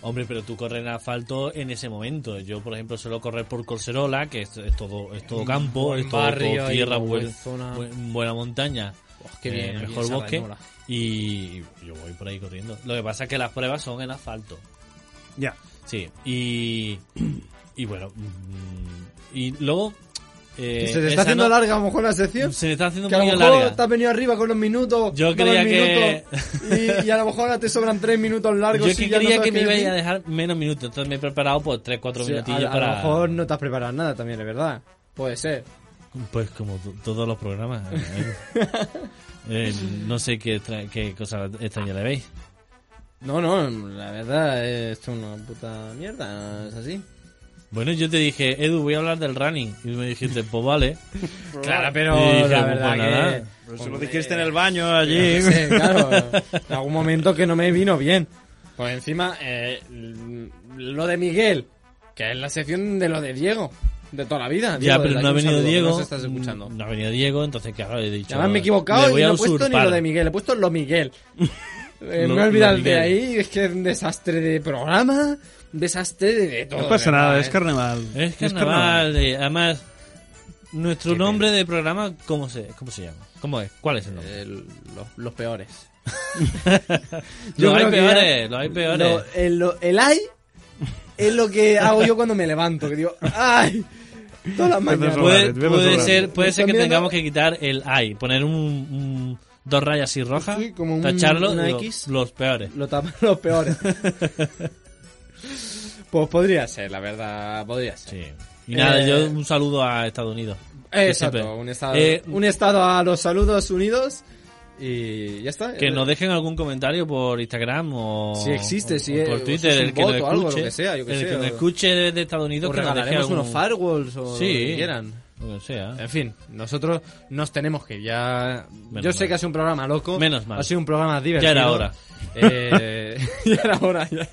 Hombre, pero tú corres en asfalto en ese momento. Yo, por ejemplo, suelo correr por Corserola, que es, es todo es todo campo,
buen
es todo,
barrio
todo
y
tierra,
una
buen-
buena zona.
buen- buena montaña,
Oh, qué bien, qué bien
Eh, mejor
esa
bosque.
Rainola.
Y yo voy por ahí corriendo. Lo que pasa es que las pruebas son en asfalto.
Ya.
Sí, y, y bueno, mm, y luego... eh,
Que se te
esa
está haciendo
no-
larga a lo mejor la sección.
Se me está haciendo
Que
muy
a lo mejor
larga.
te has venido arriba con los minutos.
Yo
dame el
creía
minuto, y, y a lo mejor ahora te sobran tres minutos largos.
Yo
y
es que
ya no
quería
sabes
que me
qué
iba
decir.
a dejar menos minutos, entonces me he preparado por 3-4
Sí,
minutillos
a, a
para...
lo mejor no te has preparado nada también, es verdad. Puede ser.
Pues como to- todos los programas. eh, eh, no sé qué, extra- qué cosa extraña le veis.
No, no, la verdad, esto es una puta mierda, es así.
Bueno, yo te dije, Edu, voy a hablar del running. Y me dijiste, pues vale.
Claro, pero
Y
la
dije, pues
verdad
nada.
que...
se lo dijiste en el baño allí.
Sí, claro, en algún momento que no me vino bien. Pues encima, eh, l- lo de Miguel, que es la sección de lo de Diego, de toda la vida.
Ya,
Diego,
pero
desde
no ha
aquí un
venido
saludo, que
Diego.
nos estás escuchando.
No ha venido Diego, entonces claro, he dicho.
Además me he
le
equivocado
voy
y
a
no he puesto ni
usurpar.
lo de Miguel, he puesto lo Miguel. Eh,
Lo-
me he olvidado
lo
de
Miguel.
ahí, es que es un desastre de programa, un desastre de, de todo.
No pasa
de
nada,
verdad,
es
eh.
carnaval.
Es carnaval. eh, Además, nuestro nombre de programa, ¿cómo se, ¿cómo se llama? ¿Cómo es? ¿Cuál es el nombre?
Eh, los, los peores.
los hay
creo que
peores, los hay peores.
Lo- el, lo- el ay es lo que hago yo cuando me levanto, que digo, ay, todas las mañanas.
Puede-
Puede,
Vale, vemos
puede
ahora.
ser, puede ser que
También,
tengamos
¿no?
que quitar el I, poner un, un- dos rayas así rojas,
Sí, como un-
tacharlo,
una
lo-
X.
los peores.
Lo tapan los peores. pues podría ser, la verdad, podría ser.
Sí. Y nada,
Eh,
yo un saludo a Estados Unidos. Que siempre-
Exacto, un estado,
Eh,
un estado a los saludos unidos y ya está. Eh,
que nos dejen algún comentario por Instagram o,
Si existe,
o-
si
o
es-
por
o
Twitter,
si es un
el que nos
voto o
escuche,
algo, lo que sea, yo que
el
sé,
que nos
o-
escuche de, de Estados Unidos,
O
que nos deje
regalaremos
algún-
unos firewalls o
Sí.
lo que quieran.
lo que sea.
En fin, nosotros nos tenemos que ir, ya. Yo sé
mal.
que ha sido un programa loco.
Menos mal.
Ha sido un programa divertido.
Ya era hora.
Eh, ya era hora, ya.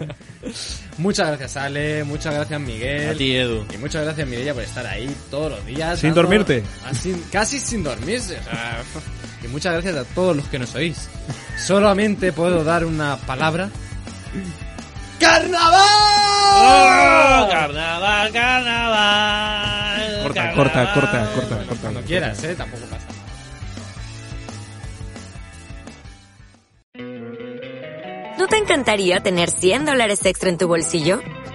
Muchas gracias, Ale. Muchas gracias, Miguel.
A ti, Edu.
Y muchas gracias, Mirella, por estar ahí todos los días.
Sin dormirte.
así- casi sin dormirse. o sea, y muchas gracias a todos los que nos oís. Solamente puedo dar una palabra.
¡Oh,
¡Carnaval!
carnaval, carnaval!
Corta,
carnaval.
corta, corta, corta, corta.
Cuando quieras, eh, tampoco pasa. nada.
te encantaría tener 100 dólares extra en tu bolsillo?